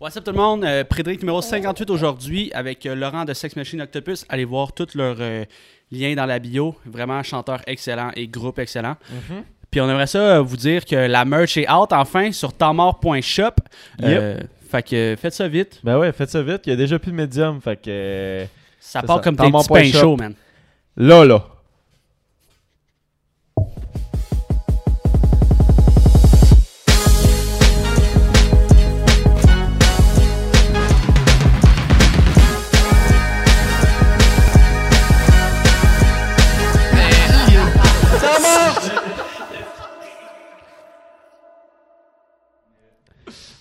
What's up tout le monde? Euh, Prédric numéro 58 aujourd'hui avec euh, Laurent de Sex Machine Octopus. Allez voir tous leurs euh, liens dans la bio. Vraiment chanteur excellent et groupe excellent. Puis on aimerait ça euh, vous dire que la merch est out enfin sur tammort.shop. Euh, fait que faites ça vite. Ben ouais, faites ça vite, il y a déjà plus de médium, fait que... euh, Ça C'est part ça, comme tes petits tammort.shop. pains chauds, man. Là, là.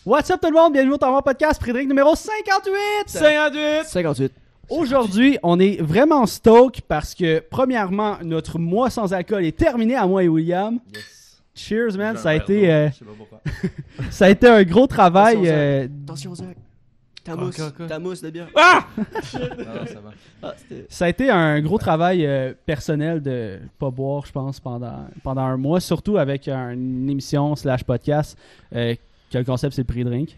What's up tout le monde? Bienvenue au Tammort Podcast. Prédric numéro 58! 58! 58. Aujourd'hui, on est vraiment stoked parce que, premièrement, notre mois sans alcool est terminé à moi et William. Cheers, man. Ça a, été, euh, ça a été un gros travail. Attention, euh, Attention, Zach. Ta mousse. quoi, quoi? Ta mousse de bière. Ah, ça va. Ah, c'était- ça a été un gros travail euh, personnel de pas boire, je pense, pendant, pendant un mois, surtout avec une émission slash podcast euh, que le concept, c'est le prix drink.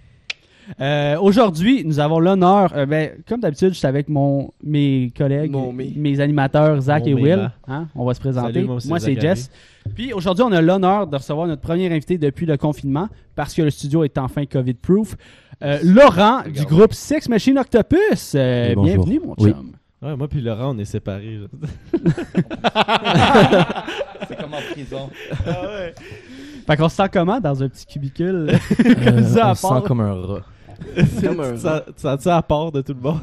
Euh, Aujourd'hui, nous avons l'honneur, euh, ben, comme d'habitude, je suis avec mon, mes collègues, Mon mes. mes. animateurs, Zach Mon et mes, Will. va. Hein? On va se présenter. Salut, moi, c'est moi, c'est Zachary. Jess. Puis aujourd'hui, on a l'honneur de recevoir notre premier invité depuis le confinement parce que le studio est enfin COVID-proof. Euh, Laurent du Regarde. groupe Sex Machine Octopus. Euh, Oui, bonjour. bienvenue, mon Oui. chum. Ouais, moi puis Laurent, on est séparés. là. C'est comme en prison. Fait qu'on se sent comment dans un petit cubicule? Euh, Ça, à on se part- sent comme un rat. Comme un tu sens- tu sens-tu à part de tout le monde?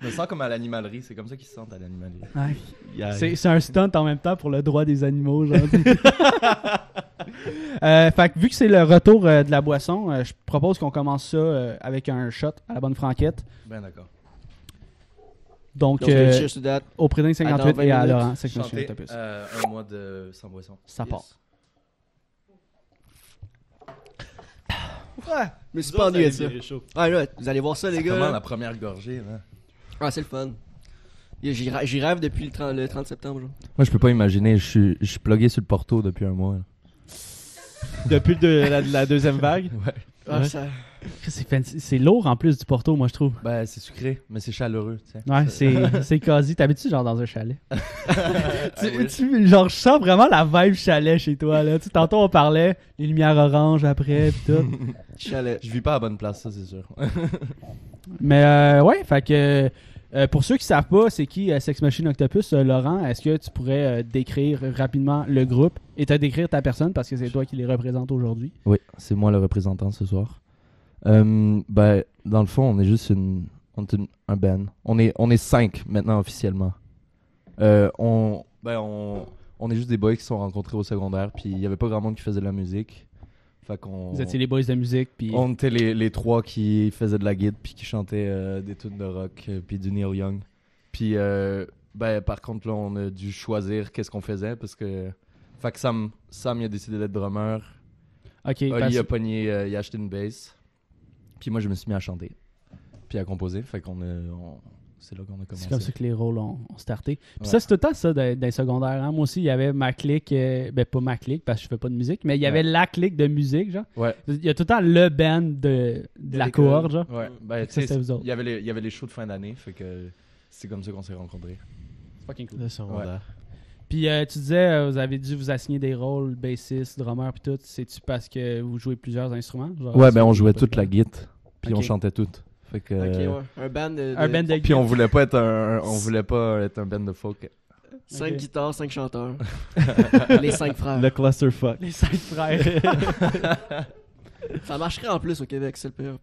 Je me sens comme à l'animalerie. C'est comme ça qu'ils se sentent à l'animalerie. Ouais. Yeah. C'est c'est un stunt en même temps pour le droit des animaux, genre. Euh, fait que vu que c'est le retour euh, de la boisson, euh, je propose qu'on commence ça euh, avec un shot à la bonne franquette. Ben d'accord. Donc, Donc, euh, euh, cheers to that. au Prédin 58 Attends, et à 20 Laurent, c'est que je suis Chanter Octopus. euh, un mois de sans boisson. Ça part. Je me suis pas ennuyé de ça. C'est chaud. Ah, là, vous allez voir ça, les C'est gars. Comment la là. première gorgée, là? Ah, c'est le fun. Yeah, J'y ra- j'y rêve depuis le 30, le 30 septembre. genre. Moi, je peux pas imaginer. Je suis, je suis plugué sur le porto depuis un mois. là. Depuis le deux- la, la deuxième vague? Ah, Ouais. ça. C'est fancy- C'est lourd en plus du Porto, moi, je trouve. Ben c'est sucré, mais c'est chaleureux, tu sais. Ouais, c'est c'est quasi. T'habites-tu genre dans un chalet? Ah, tu, oui. tu- genre, je sens vraiment la vibe chalet chez toi, là. Tu, sais, tantôt, on parlait, les lumières oranges après, pis tout. Chalet. Je vis pas à la bonne place, ça c'est sûr. Mais euh, ouais, fait que euh, pour ceux qui savent pas, c'est qui euh, Sex Machine Octopus, euh, Laurent, est-ce que tu pourrais euh, décrire rapidement le groupe et te décrire ta personne parce que c'est toi qui les représente aujourd'hui? Oui, c'est moi le représentant ce soir. Euh, ben, dans le fond, on est juste une, on est une- un band. On est, on est cinq maintenant officiellement. Euh, on, ben, on, on est juste des boys qui se sont rencontrés au secondaire. Puis il y avait pas grand monde qui faisait de la musique. Fait qu'on, Vous étiez les boys de musique, puis on était les, les trois qui faisaient de la guide puis qui chantaient euh, des tunes de rock euh, puis du Neil Young. Puis euh, ben par contre là on a dû choisir qu'est-ce qu'on faisait parce que fait que Sam Sam il a décidé d'être drummer. ok, parce- Oli a pogné euh, il a acheté une bass. Puis moi je me suis mis à chanter puis à composer. Fait qu'on a- on- c'est là qu'on a commencé. c'est comme ça que les rôles ont, ont starté. Puis Ouais. ça, c'est tout le temps ça d'un secondaire. hein. Moi aussi, il y avait ma clique, euh, ben pas ma clique parce que je fais pas de musique, mais il y avait la clique de musique, genre. Ouais. Il y a tout le temps le band de, de la l'école. cohorte, genre. Ouais, ben tu Ça, sais c'était vous autres. il y avait les il y avait les shows de fin d'année fait que c'est comme ça qu'on s'est rencontrés. C'est fucking cool. Le secondaire. Puis euh, tu disais, euh, vous avez dû vous assigner des rôles, bassiste, drummer, puis tout. C'est-tu parce que vous jouez plusieurs instruments? Genre, Ouais, c'est- ben on jouait pas toute la grave. guide puis puis on on Ok. chantait toutes. Fait que euh, Ok, ouais. Un band de. Euh, Un band de Puis on voulait pas être un, on voulait pas être un band de folk. 5 Ok. guitares, 5 chanteurs. les 5 frères. Le clusterfuck. Les cinq frères. Ça marcherait en plus au Québec, c'est le pire.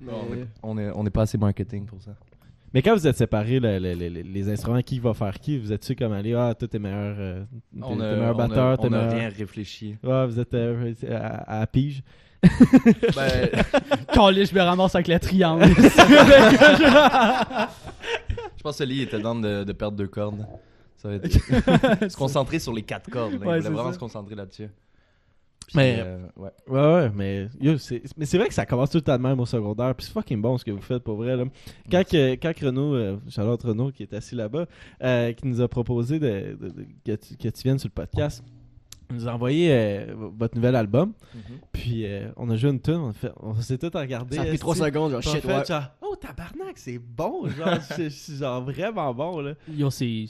Mais- On est, on est, on est pas assez marketing pour ça. Mais quand vous êtes séparés, le- le- le- le- les instruments, qui va faire qui? Vous êtes-tu comme aller, ah, toi t'es meilleur, euh, t'es- On t'es a, meilleur on a- batteur, t'es on a meilleur... rien réfléchi. Ouais, vous êtes euh, à, à pige. ben, Calé, je me ramasse avec le triangle. je pense que Lee était dans de, de perdre deux cordes. Ça aurait été- se concentrer sur les quatre cordes. là. Il Ouais, voulait c'est vraiment ça. se concentrer là-dessus. Puis, Mais- euh, ouais. Ouais, ouais, mais yo, c'est mais c'est vrai que ça commence tout le temps de même au secondaire. Puis c'est fucking bon ce que vous faites pour vrai. Là. Quand, que, quand que Renaud, euh, Charlotte Renaud, qui est assis là-bas, euh, qui nous a proposé de, de- de- que, tu, que tu viennes sur le podcast, Il nous a envoyé euh, v- votre nouvel album. Mhm. Puis euh, on a joué une tune, on, a fait- on s'est tout regardé. Ça a pris 3 secondes, genre shit, ouais. genre, oh tabarnak, c'est bon, genre, c'est c'est genre vraiment bon, là. Yo, c'est.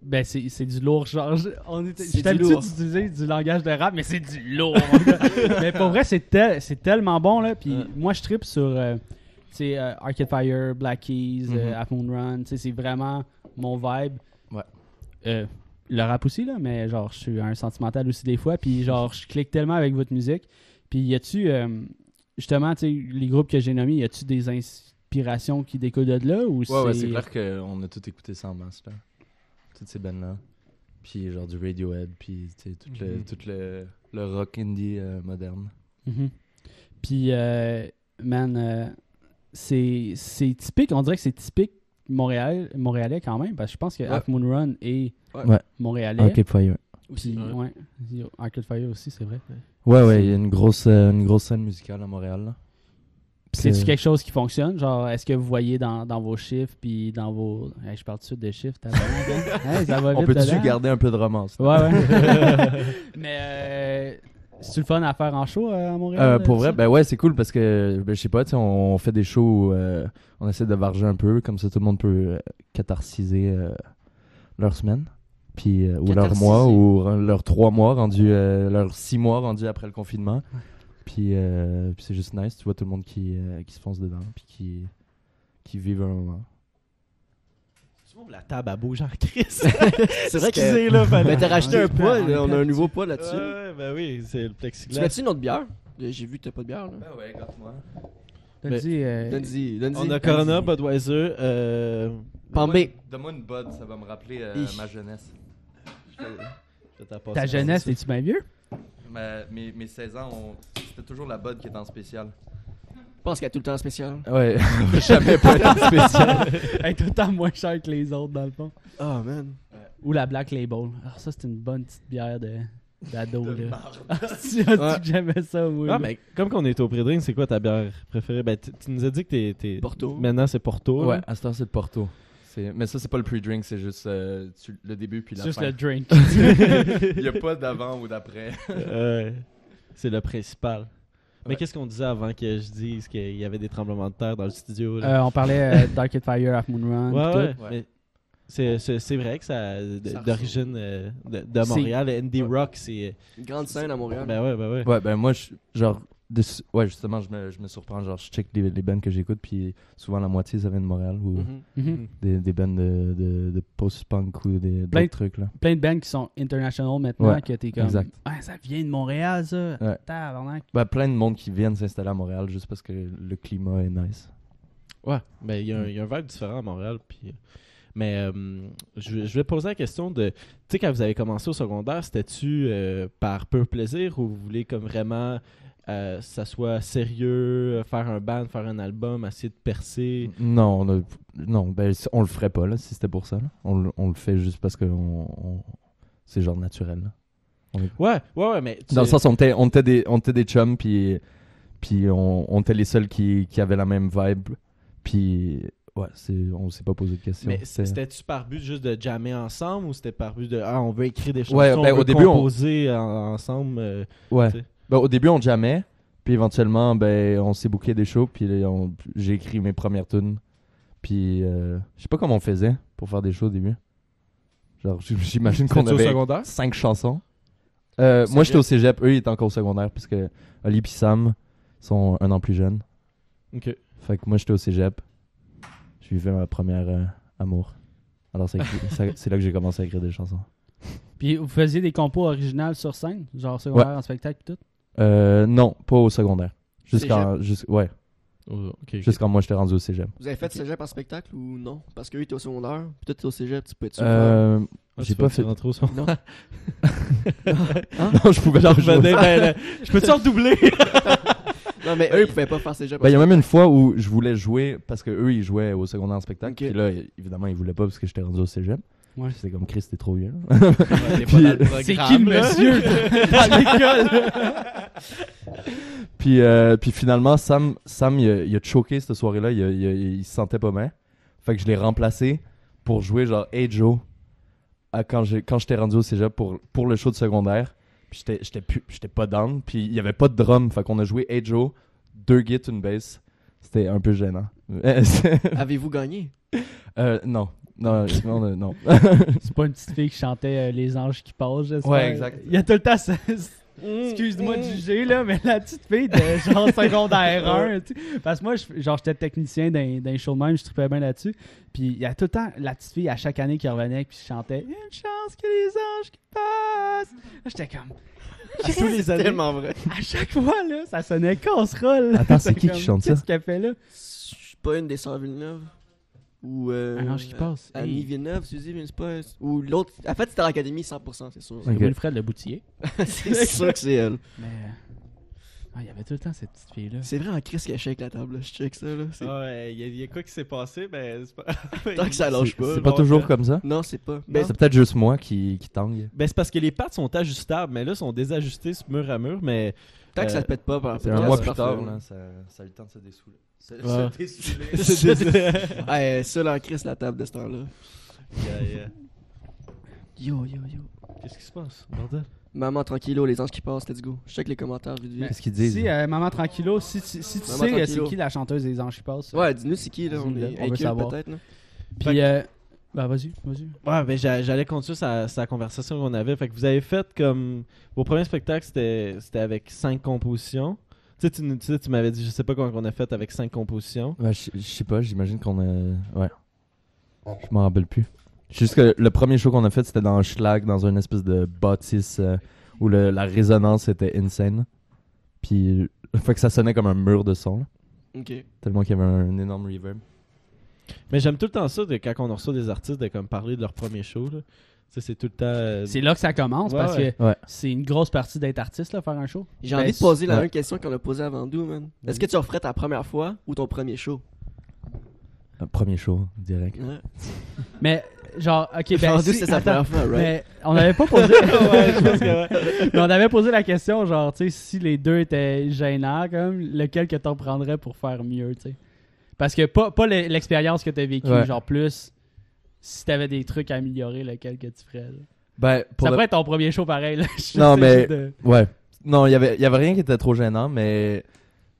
Ben, c'est c'est du lourd, genre. je- On est, C'est je suis du habitué lourd. d'utiliser du langage de rap, mais c'est du lourd. mon gars. mais pour vrai, c'est tel- c'est tellement bon, là. Puis Ouais. moi, je tripe sur. euh, tu sais, euh, Arcade Fire, Black Keys, euh, Half Moon Run. Tu sais, c'est vraiment mon vibe. Ouais. Euh, le rap aussi, là, mais genre, je suis un sentimental aussi des fois. Puis genre, je clique tellement avec votre musique. Puis y a-tu. euh, justement, tu sais, les groupes que j'ai nommés, y a-tu des inspirations qui découlent de là ou Ouais, ouais, c'est clair qu'on a tout écouté ça en masse, là. Toutes ces bandes-là. Puis genre du Radiohead, puis tu sais, tout, le, Mhm. tout le, le rock indie euh, moderne. Mhm. Puis, euh, man, euh, c'est c'est typique, on dirait que c'est typique Montréal, montréalais quand même, parce que je pense que Half Moon Run est Ouais. Ouais. montréalais. Arcade Fire. Puis, ouais. Yo, Arcade Fire aussi, c'est vrai. Ouais, ouais, il y a une grosse, euh, une grosse scène musicale à Montréal, là. Puis euh, C'est-tu que- quelque chose qui fonctionne? Genre, est-ce que vous voyez dans, dans vos chiffres, puis dans vos... Hey, je parle tout de suite des chiffres, t'as raison, hein? Hey, ça va On vite peut-tu dedans. garder un peu de romance? là? Ouais, ouais. Mais euh, c'est-tu le fun à faire en show euh, à Montréal? Euh, pour euh, vrai, ça? ben ouais, c'est cool parce que, ben, je sais pas, tu sais, on, on fait des shows où euh, on essaie de varger un peu, comme ça tout le monde peut euh, catharsiser euh, leur semaine, puis, euh, ou leur Catharsiser. mois, ou re- leurs trois mois rendus, euh, leurs six mois rendus après le confinement. Puis, euh, puis c'est juste nice, tu vois tout le monde qui, euh, qui se fonce dedans, puis qui, qui vivent un moment. Tu m'ouvres la table à beau, genre, Chris. C'est vrai que. Excusez, là, fallait- Mais t'as racheté un Ouais, poids, on est là, on a plein. un nouveau poids là-dessus. Ouais, ben oui, c'est le Tu plexiglas. mets-tu une autre bière Euh, J'ai vu que t'as pas de bière, là. Ah ouais, gratte-moi. T'as ben, dit, euh, Donne-y, donne-y. On a Corona, Budweiser, euh... Pambé. Donne-moi une bud, ça va me rappeler euh, Ich. ma jeunesse. Je vais t'en passer ta un. jeunesse, t'es-tu bien vieux? Ma- mes, mes 16 ans, on- c'était toujours la bud qui était en spécial. Je pense qu'il y a tout le temps un spécial. Ouais, jamais pas été spécial. Elle est tout le temps moins cher que les autres, dans le fond. Oh man. Ou la Black Label. Ah, ça, c'est une bonne petite bière de d'ado, De là. marde. Ah, tu as Ouais. dit que j'aimais ça, oui. Ah, mais comme qu'on était au pré c'est quoi ta bière préférée? Ben, tu tu nous as dit que t'es... t'es- Porto. Maintenant, c'est Porto. ouais, là. à ce temps, c'est le Porto. C'est- Mais ça, c'est pas le pre-drink, c'est juste euh, tu- le début puis la C'est juste fin. le drink. Il n'y a pas d'avant ou d'après. Euh, c'est le principal. Mais Ouais. qu'est-ce qu'on disait avant que je dise qu'il y avait des tremblements de terre dans le studio? là? Euh, on parlait euh, Dark and Fire, Half Moon Run. Ouais, pis ouais, tout. mais c'est- C'est c'est vrai que ça de- Ça d'origine euh, de, de C'est- Montréal, indie rock, c'est Une grande scène à Montréal. ben ouais, ben ouais. Ouais, ben moi, je, genre, de su- ouais, justement, je me, je me surprends. Genre, je check les, les bands que j'écoute, puis souvent la moitié, ça vient de Montréal ou Mhm. tout. Mhm. des, des bands de, de, de post-punk ou des Plein d'autres trucs, là. Plein de bands qui sont international maintenant, Ouais, que t'es comme. exact. Ah, ça vient de Montréal, ça. Ouais. Tabarnak. Ben, plein de monde qui viennent s'installer à Montréal juste parce que le climat est nice. Ouais, ben il y, a Mm. un- il y a un vibe différent à Montréal. Puis, mais euh, je, je vais poser la question de, tu sais, quand vous avez commencé au secondaire, c'était-tu euh, par pur plaisir ou vous voulez comme vraiment euh, ça soit sérieux, euh, faire un band, faire un album, essayer de percer? Non, on a- non ben, c- on le ferait pas, là, si c'était pour ça. là. On, le- on le fait juste parce que on, on- c'est genre naturel, là. Ouais, ouais, ouais, mais tu- Mm. Dans le sens, on était, on était, des, on était des chums, puis, puis on, on était les seuls qui, qui avaient la même vibe. Puis, ouais, c'est, on s'est pas posé de questions. mais C'est- c'était-tu par but juste de jammer ensemble ou c'était par but de ah on veut écrire des chansons, Ouais, ben, on au veut début, on- composer en- ensemble? euh, Ouais. Tu sais. Ben, au début, on jamais. Puis éventuellement, ben, on s'est booké des shows. Puis là, on- j'ai écrit mes premières tunes. Puis euh, je sais pas comment on faisait pour faire des shows au début. Genre, j- j'imagine qu'on c'était-tu au avait secondaire? cinq chansons. Euh, moi, j'étais au cégep. Eux, ils étaient encore au secondaire. Parce que Ali et Sam sont un an plus jeunes. Ok. Fait que moi, j'étais au cégep. Je vivais ma première euh, amour. Alors, c'est c'est- c'est là que j'ai commencé à écrire des chansons. Puis vous faisiez des compos originales sur scène, genre secondaire en spectacle et tout. Euh, non, pas au secondaire. Jusqu'en. jusqu'- ouais, Oh, ok, ok. jusqu'en moi, j'étais rendu au cégep. Vous avez fait cégep en spectacle ou non Parce qu'eux étaient au secondaire, puis toi t'es au cégep, tu peux être Euh, Ah, tu j'ai pas vas- tu fait- vas rentrer au secondaire. non, je pouvais Je leur me jouer. dis, ben, là, je peux-tu redoubler? Non, mais eux ils pouvaient pas faire cégep. Ben, il y a même une fois où je voulais jouer parce que eux ils jouaient au secondaire en spectacle. Ok. Puis là, évidemment, ils voulaient pas parce que j'étais rendu au cégep. Ouais. Puis C'est comme Chris, t'es trop vieux. euh, C'est qui le monsieur dans l'école? puis, euh, puis finalement, Sam, Sam il, a, il a choqué cette soirée-là. Il, a- il a- il se sentait pas bien. Fait que je l'ai remplacé pour jouer genre Hey Joe à quand j'ai- quand j'étais rendu au cégep pour, pour le show de secondaire. Puis j'étais- j'étais plus- j'étais pas down. Puis il y avait pas de drum. Fait qu'on a joué Hey Joe, deux guides, une bass. C'était un peu gênant. Euh, c'est- Avez-vous gagné? euh, non. Non, on a- non. C'est pas une petite fille qui chantait euh, Les anges qui passent, j'espère. Ouais, exact. Il y a tout le temps ça. Excuse-moi Mm. de juger, là, mais la petite fille de genre secondaire 1. tu sais. Parce que moi, je- genre, j'étais technicien d'un d'un show de même, je tripais bien là-dessus. Puis il y a tout le temps la petite fille à chaque année qui revenait puis chantait Une chance que les anges qui passent. Là, J'étais comme. À tous les années, Tellement vrai. à chaque fois, là, ça sonnait casserole. Attends, c'est qui qui Comme, chante ça? Qu'est-ce qu'elle fait là C'est pas une des 100 Villeneuve? Ou. Euh, Un ange qui passe. Annie Villeneuve, Suzy Villeneuve, ou l'autre. En fait, c'était à l'académie 100%, c'est sûr. Ok. Wilfred Le Boutier. c'est sûr que c'est elle. Mais. euh, ah, il y avait tout le temps cette petite fille-là. C'est vrai, en Chris qui achète avec la table, là. je check ça. Là. Ah. C'est- il y, a quoi qui s'est passé, ben c'est pas... Tant que ça lâche pas. C'est pas euh, toujours comme ça. Non, c'est pas. Ben, Ben, C'est peut-être juste moi qui, qui tangue. Ben c'est parce que les pattes sont ajustables, mais là sont désajustées ce mur à mur, mais tant que ça euh, te pète pas, ben, par C'est par- un mois c'est plus parfait, tard, là. là, ça, ça a eu le temps de se dessouler. Se- se Ah. dessouler. c'est Ouais, seul en Chris la table de ce temps-là. Yo, yo, yo. Qu'est-ce qui se passe, bordel Maman tranquillo, les anges qui passent, let's go. Je check les commentaires vidéo. Qu'est-ce qu'ils disent Si, euh, Maman Tranquillo, si, tu- si tu Maman sais euh, c'est Tranquillo. qui la chanteuse des anges qui passent. Ouais, dis-nous c'est qui là, on Dis-nous, est on veut inquiet savoir. peut-être là. Fait Puis, que- euh, bah vas-y, vas-y. Ouais, ben j'a- j'allais continuer sa, sa conversation qu'on avait. Fait que vous avez fait comme. Vos premiers spectacles, c'était c'était avec cinq compositions. Tu sais, tu, nous- tu sais, tu m'avais dit, je sais pas comment on a fait avec cinq compositions. Ouais, je je sais pas, j'imagine qu'on a. Ouais. Je m'en rappelle plus. Juste que le premier show qu'on a fait, c'était dans Schlag, dans une espèce de bâtisse euh, où le- la résonance était insane. Puis, fait que ça sonnait comme un mur de son, là. OK. tellement qu'il y avait un, énorme reverb. Mais j'aime tout le temps ça, de, quand on reçoit des artistes, de comme parler de leur premier show. Là. Tu sais, c'est tout le temps. euh, C'est là que ça commence Ouais, parce ouais. que Ouais. c'est une grosse partie d'être artiste, là, faire un show. J'ai Ben, envie de poser la ouais. même question qu'on a posée avant nous, man. Est-ce que tu referais ta première fois ou ton premier show Euh, Premier show, direct. Ouais. Mais, genre, ok, ben. Rendu, si- c'est sa attends, première fois, right Mais on avait pas posé. ouais, je pense que ouais. mais on avait posé la question, genre, tu sais, si les deux étaient gênants, comme, lequel que t'en prendrais pour faire mieux, tu sais. Parce que pas, pas le- l'expérience que t'as vécue, Ouais. genre, plus si t'avais des trucs à améliorer, lequel que tu ferais. là. Ben, pour ça le- pourrait être ton premier show pareil, là. Je Non, sais mais- juste de- Ouais. Non, il y avait, il y avait rien qui était trop gênant, mais.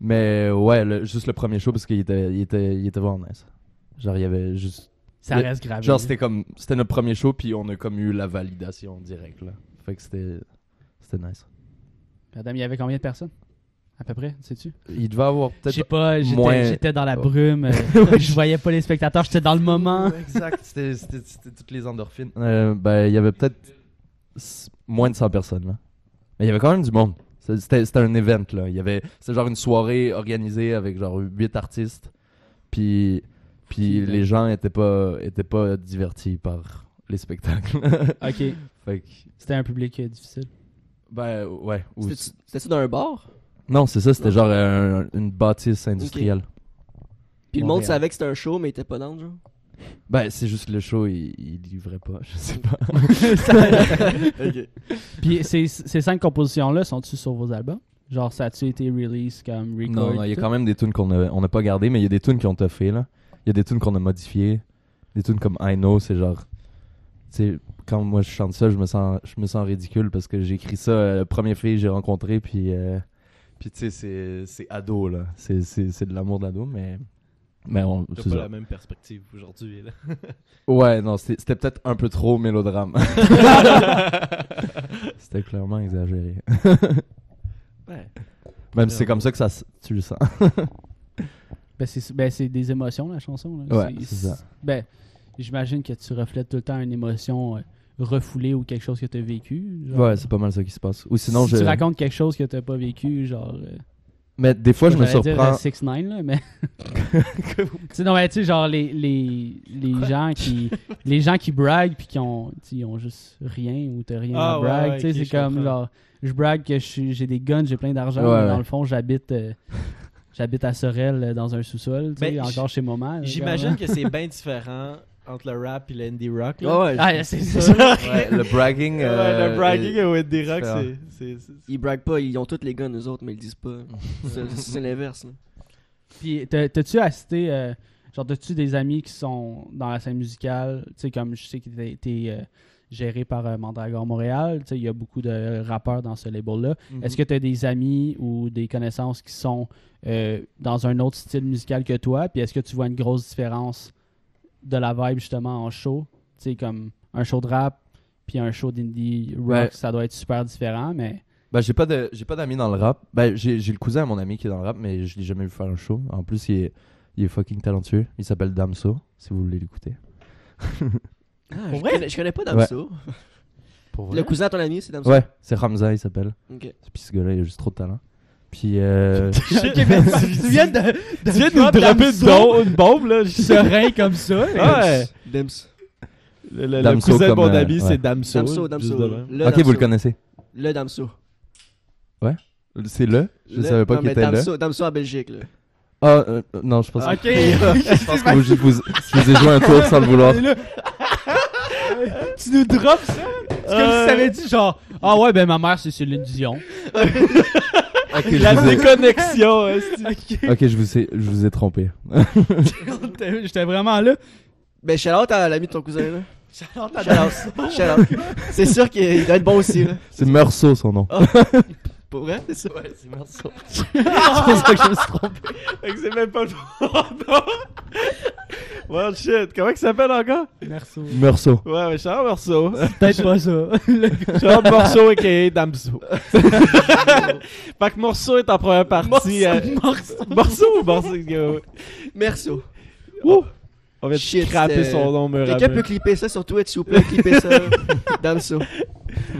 Mais ouais, le- juste le premier show parce qu'il était, il était, il était vraiment nice. Genre, il y avait juste. Ça Le- reste grave. Genre c'était comme c'était notre premier show puis on a comme eu la validation directe là. Fait que c'était c'était nice. Madame, il y avait combien de personnes À peu près, sais-tu Il devait avoir Je sais peut-être pas, j'étais moins- j'étais dans la Oh. brume, euh, je voyais pas les spectateurs, j'étais dans le moment. exact, c'était c'était- c'était toutes les endorphines. Euh, ben il y avait peut-être s- moins de 100 personnes là. Mais il y avait quand même du monde. C'est- C'était c'était un event là, il y avait c'était genre une soirée organisée avec genre 8 artistes puis puis ben, les gens étaient pas étaient pas divertis par les spectacles. Ok, fait que c'était un public euh, difficile. ben ouais, ou- C'était- C'était-tu dans un bar Non, c'est ça, c'était genre euh, un- une bâtisse industrielle. Puis le monde Montréal. savait que c'était un show, mais il était pas dans, genre. Ben, c'est juste le show, il, il livrait pas, je sais pas. Puis ces, ces cinq compositions-là, sont-tu sur vos albums Genre, ça a-tu été release comme record Non, non, il y a tout? quand même des tunes qu'on a- on n'a pas gardées, mais il y a des tunes qui ont toffé, là. Il y a des tunes qu'on a modifiées. Des tunes comme I Know, c'est genre. Tu sais, quand moi je chante ça, je me sens, je me sens ridicule parce que j'ai écrit ça, euh, la première fille que j'ai rencontrée, puis. euh, puis tu sais, c'est- c'est ado, là. C'est- C'est c'est de l'amour d'ado, mais. Mais on. T'as pas c'est ça. la même perspective aujourd'hui. là. Ouais, non, c'était c'était peut-être un peu trop mélodrame. c'était clairement exagéré. Ouais. Même si c'est comme ça que ça, s- tu le sens. Ben, c'est ben, c'est des émotions, la chanson. là. Ouais, c'est ça. Ben, j'imagine que tu reflètes tout le temps une émotion euh, refoulée ou quelque chose que tu as vécu. genre. Ouais, c'est pas mal ça qui se passe. Ou sinon, si je. tu racontes quelque chose que t'as pas vécu, genre. euh, Mais des fois, je me j'allais dire, surprends. euh, 6ix9ine, là, mais. tu sais, non, mais tu sais, genre, les, les, les gens qui. les gens qui braguent puis qui ont. tu sais, ils ont juste rien ou t'as rien Ah, à ouais, brague. ouais, tu sais, ok, c'est je comme, comprends. genre, je brague que je suis- j'ai des guns, j'ai plein d'argent, Ouais, mais dans ouais. le fond, j'habite. euh, J'habite à Sorel euh, dans un sous-sol, tu sais, Ben, encore chez Maman. là, J'imagine comme- que c'est bien différent entre le rap et l'indie rock. là. Ah ouais, Ah, c'est ça. Ouais, le bragging. Ouais, euh, le bragging est- et l'indie rock, différent. c'est- c'est. c'est- ils braguent pas, ils ont tous les guns, eux autres, mais ils le disent pas. C'est- C'est l'inverse, là. Puis t'as- t'as-tu assisté, euh, genre, t'as-tu des amis qui sont dans la scène musicale, tu sais, comme je sais que t'es t'es, euh, géré par euh, Mandragore Montréal. Tu sais, Il y a beaucoup de rappeurs dans ce label-là. Est-ce que tu as des amis ou des connaissances qui sont euh, dans un autre style musical que toi? Puis est-ce que tu vois une grosse différence de la vibe justement en show? Tu sais, comme un show de rap puis un show d'indie rock, Ouais. ça doit être super différent, mais Ben, j'ai pas de j'ai pas d'amis dans le rap. Ben, j'ai j'ai le cousin à mon ami qui est dans le rap, mais je l'ai jamais vu faire un show. En plus, il est, il est fucking talentueux. Il s'appelle Damso, si vous voulez l'écouter. Ah, je, connais, je connais pas Damso. Le cousin à ton ami, c'est Damso. Ouais, c'est Ramza, il s'appelle. Ok. Puis ce gars-là, il a juste trop de talent. Puis euh, tu viens de. Tu viens de nous dropper une bombe, une bombe, là. serein comme ça. Ouais. Damso. Le, le- le Damso cousin de mon comme, euh, ami, ouais. c'est Damso. Damso, juste Damso. de Le même. ok, Damso. vous le connaissez. Le Damso. C'est le. Je Le- savais pas non, qu'il mais était là. Damso, Damso en Belgique, là. Ah euh, non, je pense. Ah, que- je pense que vous, je vous, je vous ai joué un tour sans le vouloir. tu nous drops ça? C'est comme si t'avais dit genre, ah ouais, ben ma mère c'est Céline Dion. Ok, je La vous ai, déconnexion, est-ce que- ok, je vous ai, je vous ai trompé. J'étais vraiment là. Ben, shout out à l'ami de ton cousin, là. Shout out à Damso. Shout out. C'est sûr qu'il doit être bon aussi, là. C'est Meursault son nom. Ah. Pour vrai, c'est ça. c'est Meursault. Fait que c'est même pas le nom. Well shit, comment il s'appelle encore? Merci. Meursault. Ouais, mais Charles Morceau. Peut-être pas ça. Charles Morceau a.k.a. Damso. fait que Morceau est en première partie. euh, Morceau ou Morceau? euh, Merceau. Ouh! On vient de Shit, craper c'était- son nom, me Quelqu'un peut rappelle. clipper ça sur Twitch, s'il vous plaît. Clipper ça. Damso.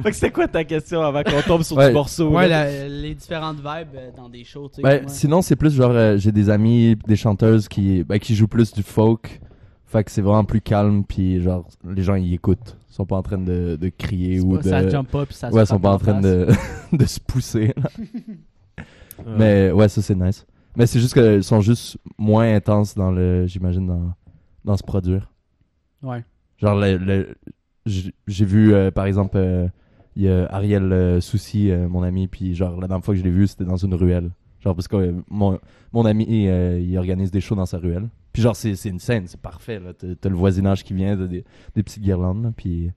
Fait que c'était quoi ta question avant qu'on tombe sur Ouais. du Morceau? Ouais, là? la- les différentes vibes euh, dans des shows, tu sais. Ben, ouais. sinon, c'est plus genre, euh, j'ai des amis, des chanteuses qui, ben, qui jouent plus du folk. Fait que c'est vraiment plus calme, puis genre, les gens ils écoutent. Ils sont pas en train de, de crier C'est ou pas- de. Ça jump pas puis ça se ouais, ils frappe sont pas en train face. de, de se pousser. Ouais. Mais ouais, ça c'est nice. Mais c'est juste qu'ils sont juste moins intenses dans le, j'imagine, dans, dans se produire. Ouais. Genre, le, le- j'ai j'ai vu, euh, par exemple, euh, il y a Ariel euh, Souci, euh, mon ami, puis genre, la dernière fois que je l'ai vu, c'était dans une ruelle. Genre, parce que euh, mon, mon ami, euh, il organise des shows dans sa ruelle. Puis genre, c'est c'est une scène, c'est parfait, là. T'as t'as le voisinage qui vient, t'as des, des petites guirlandes, là, puis...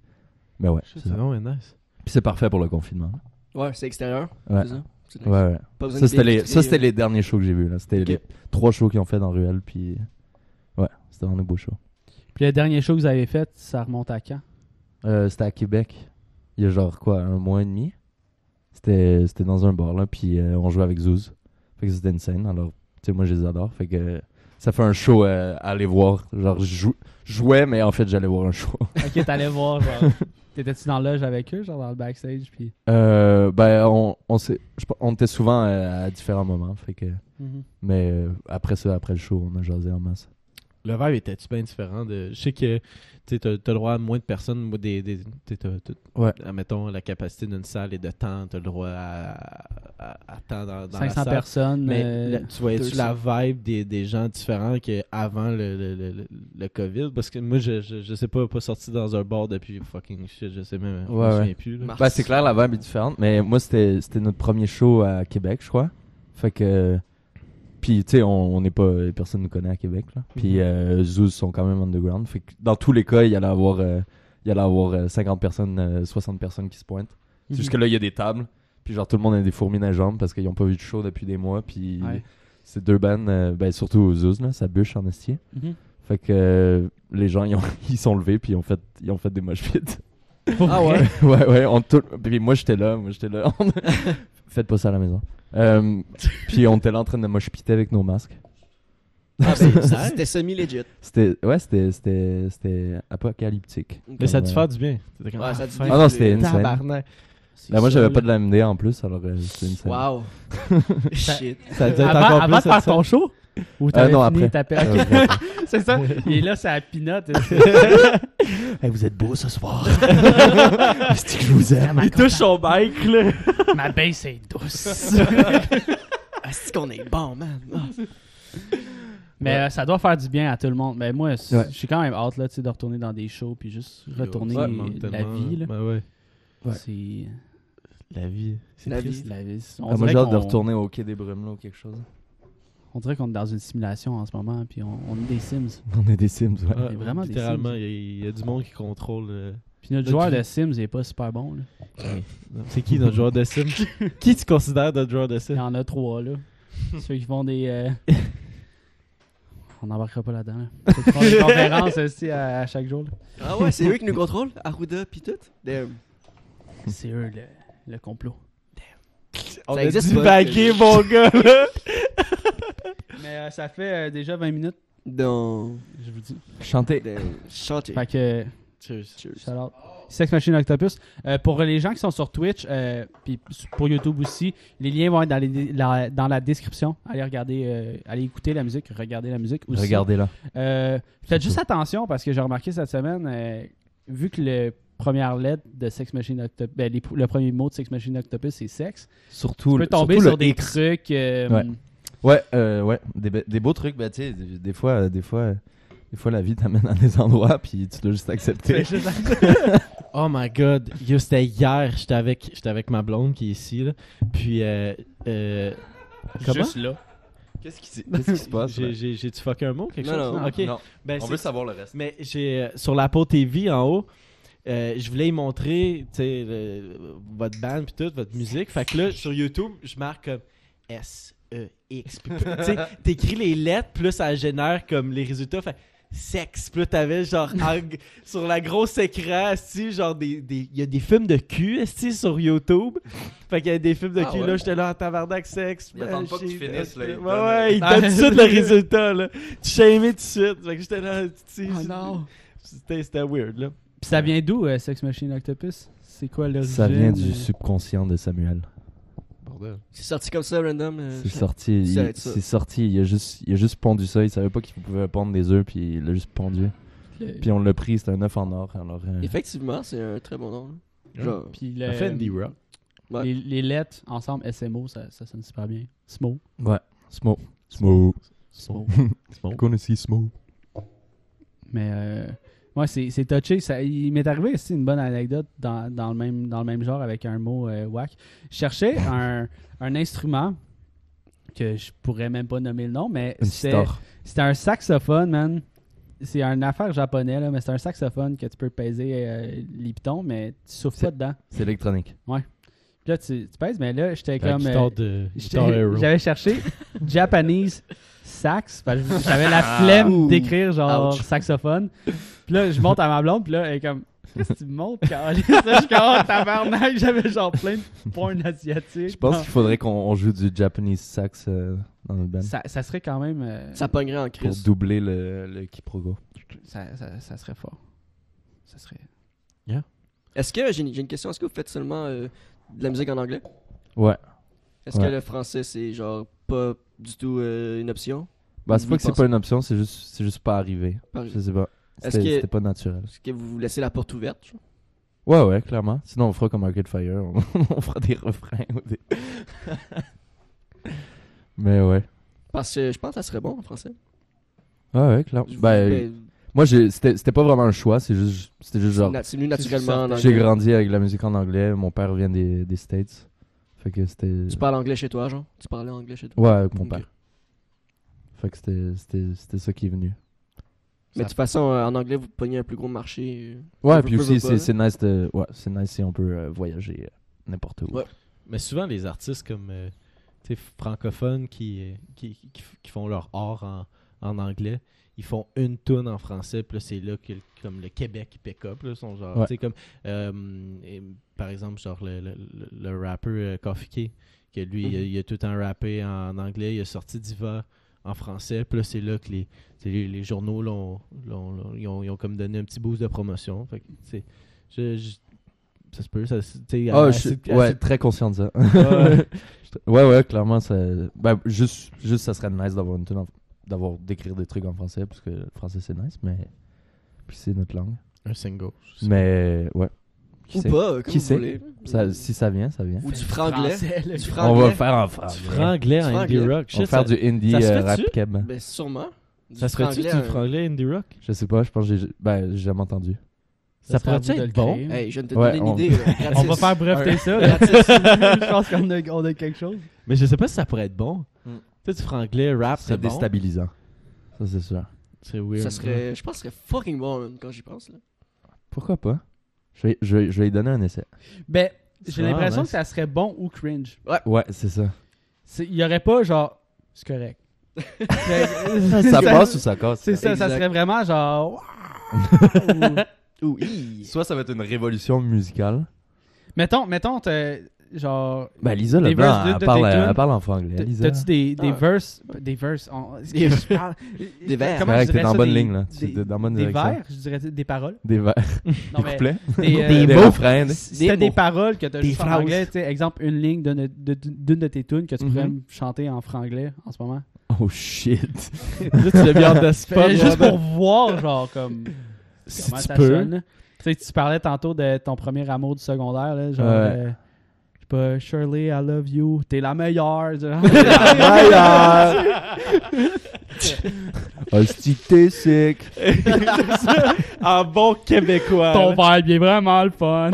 Mais ouais, Shit, c'est c'est ça. vraiment nice. Puis c'est parfait pour le confinement. Ouais, c'est extérieur. Ouais. C'est ça. C'est nice. Ouais, ouais. Pas besoin Ça, de c'était les, déguster, ça, c'était euh, les derniers shows que j'ai vus. là. C'était Ok. les trois shows qu'ils ont fait dans Ruelle. Puis, ouais, c'était vraiment des beaux shows. Puis le dernier show que vous avez fait, ça remonte à quand Euh, c'était à Québec. Il y a genre quoi, un mois et demi. C'était, c'était dans un bar, là. Puis euh, on jouait avec Zouz. Fait que c'était une scène. Alors, tu sais, moi, je les adore. Fait que ça fait un show euh, à aller voir. Genre, je jou- jouais, mais en fait, j'allais voir un show. Ok, t'allais voir, genre. T'étais-tu dans la loge avec eux, genre dans le backstage, puis. Euh, ben, on, on, s'est- je pe- on était souvent euh, à différents moments. Fait que, Mm-hmm. mais euh, après ça, après le show, on a jasé en masse. Le vibe était-tu bien différent de. Je sais que tu sais, t'as t'as le droit à moins de personnes, moi, des. des tu sais, t'as- t'as- Ouais. Admettons, la capacité d'une salle et de temps, t'as le droit à, à, à temps dans, dans la 500 salle. personnes. Mais euh, la- tu voyais-tu la vibe des, des gens différents qu'avant le, le, le, le- le COVID? Parce que moi, je, je, je sais pas, pas sorti dans un bar depuis fucking shit, je sais même, je Ouais, me ouais. souviens plus. là. Mars. Bah, c'est clair, la vibe est différente, mais moi, c'était c'était notre premier show à Québec, je crois. Fait que. Puis, tu sais, on on n'est pas. Personne nous connaît à Québec, là. Mhm. Puis, euh, Zouz sont quand même underground. Fait que dans tous les cas, il y allait avoir, euh, il y allait avoir euh, 50 personnes, euh, 60 personnes qui se pointent. mhm. Jusque-là, il y a des tables. Puis, genre, tout le monde a des fourmis dans les jambes parce qu'ils n'ont pas vu de show depuis des mois. Puis, Ouais. c'est deux bandes, euh, ben, surtout Zouz, là, ça bûche en estier. Mhm. Fait que euh, les gens, ils, ont- ils sont levés, puis ils ont fait, ils ont fait des moches pits. Ah ouais? ouais, ouais. On tout... Puis moi, j'étais là. Moi, j'étais là. On- Faites pas ça à la maison. Euh, puis on était là en train de moshpiter avec nos masques. Ah, ben, c'était- c'était semi-legit. C'était, ouais, c'était, c'était, c'était apocalyptique. Mais ça a dû Ouais. faire du bien. T'étais comme, Ouais, ça a dû fuck, Ah non, c'était une scène. tabarnak. Ben, moi, ça, j'avais là. pas de la MD en plus, alors euh, c'était une scène. Wow. Shit. Ça a dû être Avant, encore avant de plus. faire ton show Ou Ah t'avais non, fini après. ta per- Euh, Ok, bon. c'est ça. Il est là, c'est la pinote. vous êtes beau ce soir. C'est que je vous aime. Il touche son bike, là. Ma baisse est douce. Ah, c'est qu'on est bon, man. Ah. Mais euh, ça doit faire du bien à tout le monde. Mais moi, c- Ouais. je suis quand même hâte là, tu sais, de retourner dans des shows puis juste retourner Ça manque la tellement, vie. Là. Ben ouais. Ouais. C'est La vie. c'est La triste, vie. la vie. On, Ah, moi, dirait j'ai hâte de qu'on- retourner au quai des Brumelots ou quelque chose. on dirait qu'on est dans une simulation en ce moment puis on, on est des Sims. On est des Sims, ouais. Ah, vraiment des littéralement, il y, a- il y a du monde qui contrôle euh, Puis notre Le joueur qui- de Sims, il est pas super bon. Là. C'est qui notre joueur de sim Qui tu considères notre joueur de Il y sim en a trois, là. Ceux qui font des. euh, On n'embarquera pas là-dedans. là. Ceux qui font des conférences aussi à, à chaque jour. là. Ah ouais, c'est eux qui nous contrôlent, Arruda pis tout. Damn. C'est eux le, le complot. On Ça a existe dû pas, baguer, mon gars, là. Mais euh, ça fait euh, déjà 20 minutes, Non. je vous dis. Chanter. Damn. Chanter. Fait que. Cheers. Shout out. Sex Machine Octopus. Euh, pour les gens qui sont sur Twitch, euh, puis pour YouTube aussi, les liens vont être dans, les- la, dans la description. Allez regarder, euh, allez écouter la musique, regardez la musique aussi. Regardez là. Euh, faites juste attention parce que j'ai remarqué cette semaine, euh, vu que le première lettre de Sex Machine Octopus, ben, les- le premier mot de Sex Machine Octopus, c'est sexe. Surtout tu peux le- tomber surtout sur le des X. trucs. euh, Ouais. Ouais, euh, ouais, des, be- des beaux trucs, bah, tu sais, des, des fois, euh, des fois, euh, des fois, la vie t'amène à des endroits, puis tu dois juste accepter. Oh my god, yo, c'était hier, j'étais avec, j'étais avec ma blonde qui est ici, là. Puis, euh, euh, comment? Juste là. Qu'est-ce qui, Bah, se- qu'est-ce qui se passe là? J'ai- j'ai- J'ai-tu fucké un mot, quelque Non, chose? non. ok. Non. Ben, On c'est- veut savoir le reste. Mais j'ai euh, sur la peau TV en haut, euh, je voulais y montrer tu sais, le- votre band puis toute votre musique. Fait que là, sur YouTube, je marque comme S E X. Puis, p- tu sais, T'écris les lettres, plus ça génère comme les résultats. Fait sexe. Puis là, t'avais genre en- sur la grosse écran, esti, genre des. des- Il y a des films de cul, esti, sur YouTube. Fait qu'il y a des films de Ah cul, ouais. là, j'étais là en tabarnak sexe. Ils attendent pas que tu j'ai- finisses, là, ils Ouais, te donnent- ouais, ils donnent tout de suite le résultat, là. Tu shamais tout de suite. Fait que j'étais là, tu sais, Oh c'est- non. C'était c'était weird, là. Puis ça vient d'où, euh, Sex Machine Octopus C'est quoi l'origine Ça vient euh? du subconscient de Samuel. C'est sorti comme ça, random. euh, C'est sorti, il- ça va être ça. c'est sorti. Il a juste, il a juste pondu ça. Il savait pas qu'il pouvait pondre des œufs, puis il l'a juste pondu. Le- Puis on l'a pris, c'était un œuf en or. Alors, euh, Effectivement, c'est un très bon nom. là. Ouais. Genre, Puis le- Rock. Ouais. les, les lettres ensemble, SMO, ça, ça sonne super bien. SMO. ouais, Smo, Smo, SMO. qu'on aussi Smo. Mais euh, ouais, c'est c'est touché. Ça, il m'est arrivé aussi une bonne anecdote dans, dans le même, dans le même genre avec un mot euh, whack. Je cherchais un, un instrument que je pourrais même pas nommer le nom, mais Une c'est- star. c'était un saxophone, man. C'est un affaire japonais, là, mais c'est un saxophone que tu peux peser euh, les pitons, mais tu souffles C'est- pas dedans. C'est électronique. Puis là, tu, tu pèses, mais là, j'étais er comme. euh, de Guitar J'étais- Hero. J'avais cherché Japanese sax. parce que J'avais la flemme Ouh. d'écrire genre Ouch. saxophone. Puis là, je monte à ma blonde, puis là, elle est comme. Qu'est-ce que tu montes, Carlis? Là, Je suis comme, oh, tabarnak, j'avais genre plein de points asiatiques. Je pense qu'il faudrait qu'on on joue du Japanese sax euh, dans notre band ça, ça serait quand même. euh, ça pognerait en pour crise. doubler le, le quiproquo. ça, ça- ça serait fort. Ça serait. Est-ce que, j'ai une j'ai une question, est-ce que vous faites seulement euh, de la musique en anglais Ouais. Est-ce Ouais. que le français, c'est genre pas du tout euh, une option Bah, c'est Vous pas que c'est pensez- pas une option, c'est juste, c'est juste pas arrivé. Par- Je sais pas. Est-ce C'était que- c'était pas naturel. Est-ce que vous vous laissez la porte ouverte genre? Ouais, ouais, clairement. Sinon, on fera comme Arcade Fire. On, on fera des refrains. ou des- Mais ouais. Parce que je pense que ça serait bon en français. Ouais, ouais, clairement. Je vous- Ben, ben, moi, j'ai- c'était c'était pas vraiment un choix. C'est juste, c'était juste genre. na- c'est venu naturellement en J'ai anglais. grandi avec la musique en anglais. Mon père vient des, des States. Fait que c'était. Tu parles anglais chez toi, genre Tu parlais anglais chez toi Ouais, avec mon Ok. père. Fait que c'était- c'était c'était ça qui est venu. Mais de toute façon, euh, en anglais, vous pognez un plus gros marché. euh, Ouais, veut- puis veut- veut aussi, pas, c'est là. c'est nice, de- ouais, c'est nice si on peut euh, voyager euh, n'importe où. Ouais. Mais souvent, les artistes comme euh, tu sais, francophones qui, euh, qui, qui, f- qui font leur art en, en anglais, ils font une toune en français, puis là, c'est là que le- comme le Québec pick up. Là, ils sont genre, Ouais. tu sais, comme, euh, et, par exemple, genre le, le, le- le rappeur euh, Coffee Key, que lui, il, a, Mhm. il a tout un rappé en anglais, il a sorti Diva en français, puis là, c'est là que les, tu sais, les, les journaux l'ont, l'ont- l'ont- ils ont, ils ont comme donné un petit boost de promotion. Fait que, tu sais, je- je- ça se peut, ça, se- tu sais, Ah, à- je suis à- à- ouais, très conscient de ça. Ouais. ouais, ouais, clairement, ça. Ben, juste, juste, ça serait nice d'avoir une tune en- d'avoir d'écrire des trucs en français, parce que le français c'est nice, mais. Puis c'est notre langue. Un single. Mais, ouais. Qui Ou sait? pas, euh, comme Qui vous sait? voulez. Ça- si ça vient, ça vient. Ou du franglais. là. Du On va franglais. faire en français. Du franglais Ah, Du en indie franglais. rock. On va Shit, faire ça, du indie ça se euh, fait-tu? rap keb. Ben, sûrement. Du ça serait-tu du franglais, euh, franglais indie rock? Je sais pas, je pense que j'ai ben, j'ai jamais entendu. Ça serait à pourrait-tu vous de être le bon? créer. Hey, je viens de te Ouais, donner une on- idée. là, On gratis. va faire breveter ça. là. Je pense qu'on a, on a quelque chose. Mais je sais pas si ça pourrait être bon. Hmm. Mm. Tu sais, du franglais rap, C'est Ah, c'est bon. déstabilisant. Ça, c'est sûr. C'est weird. Ça serait, je pense que ce serait fucking bon man, quand j'y pense. Là. Pourquoi pas? Je vais, je, vais- je vais lui donner un essai. Ben, j'ai Ah, l'impression nice. que ça serait bon ou cringe. Ouais, c'est ça. C'est- Il y aurait pas genre. C'est correct. Ça passe ou ça casse. C'est ça, ça Exact. serait vraiment genre. Ouh, hi. Soit ça va être une révolution musicale. Mettons, mettons, t'as- genre. Ben, Lisa Les Leblanc, verses de- elle de parle, tes tunes, elle parle en franglais. T- Lisa. T'as-tu des, des Ah. verses Des verses. on- Des- je parle- des vers. Comment Correct, je dirais t'es dans ça, bonne des- ligne, là. des- T'es dans bonne Des direction. vers, je dirais des paroles. Des vers. Non, Des mais couplets. des, euh, Des Des mots. refrains. des- C'était des mots. paroles que t'as Des juste en phrases. anglais. tu sais, exemple, une ligne d'une de, d'une de tes tunes que tu pourrais Mhm. me chanter en franglais en ce moment. Oh shit. Là, tu l'as mis en Fait- despot. juste Robert. pour voir, genre, comme. Si comment tu ça peux. sonne. Tu sais, tu parlais tantôt de ton premier amour du secondaire, là, genre. Ouais. euh, je sais pas, Shirley, I love you, t'es la meilleure. genre. Hostie, Ah, t'es sick. En Ah bon québécois. Ton là. vibe il est vraiment le fun.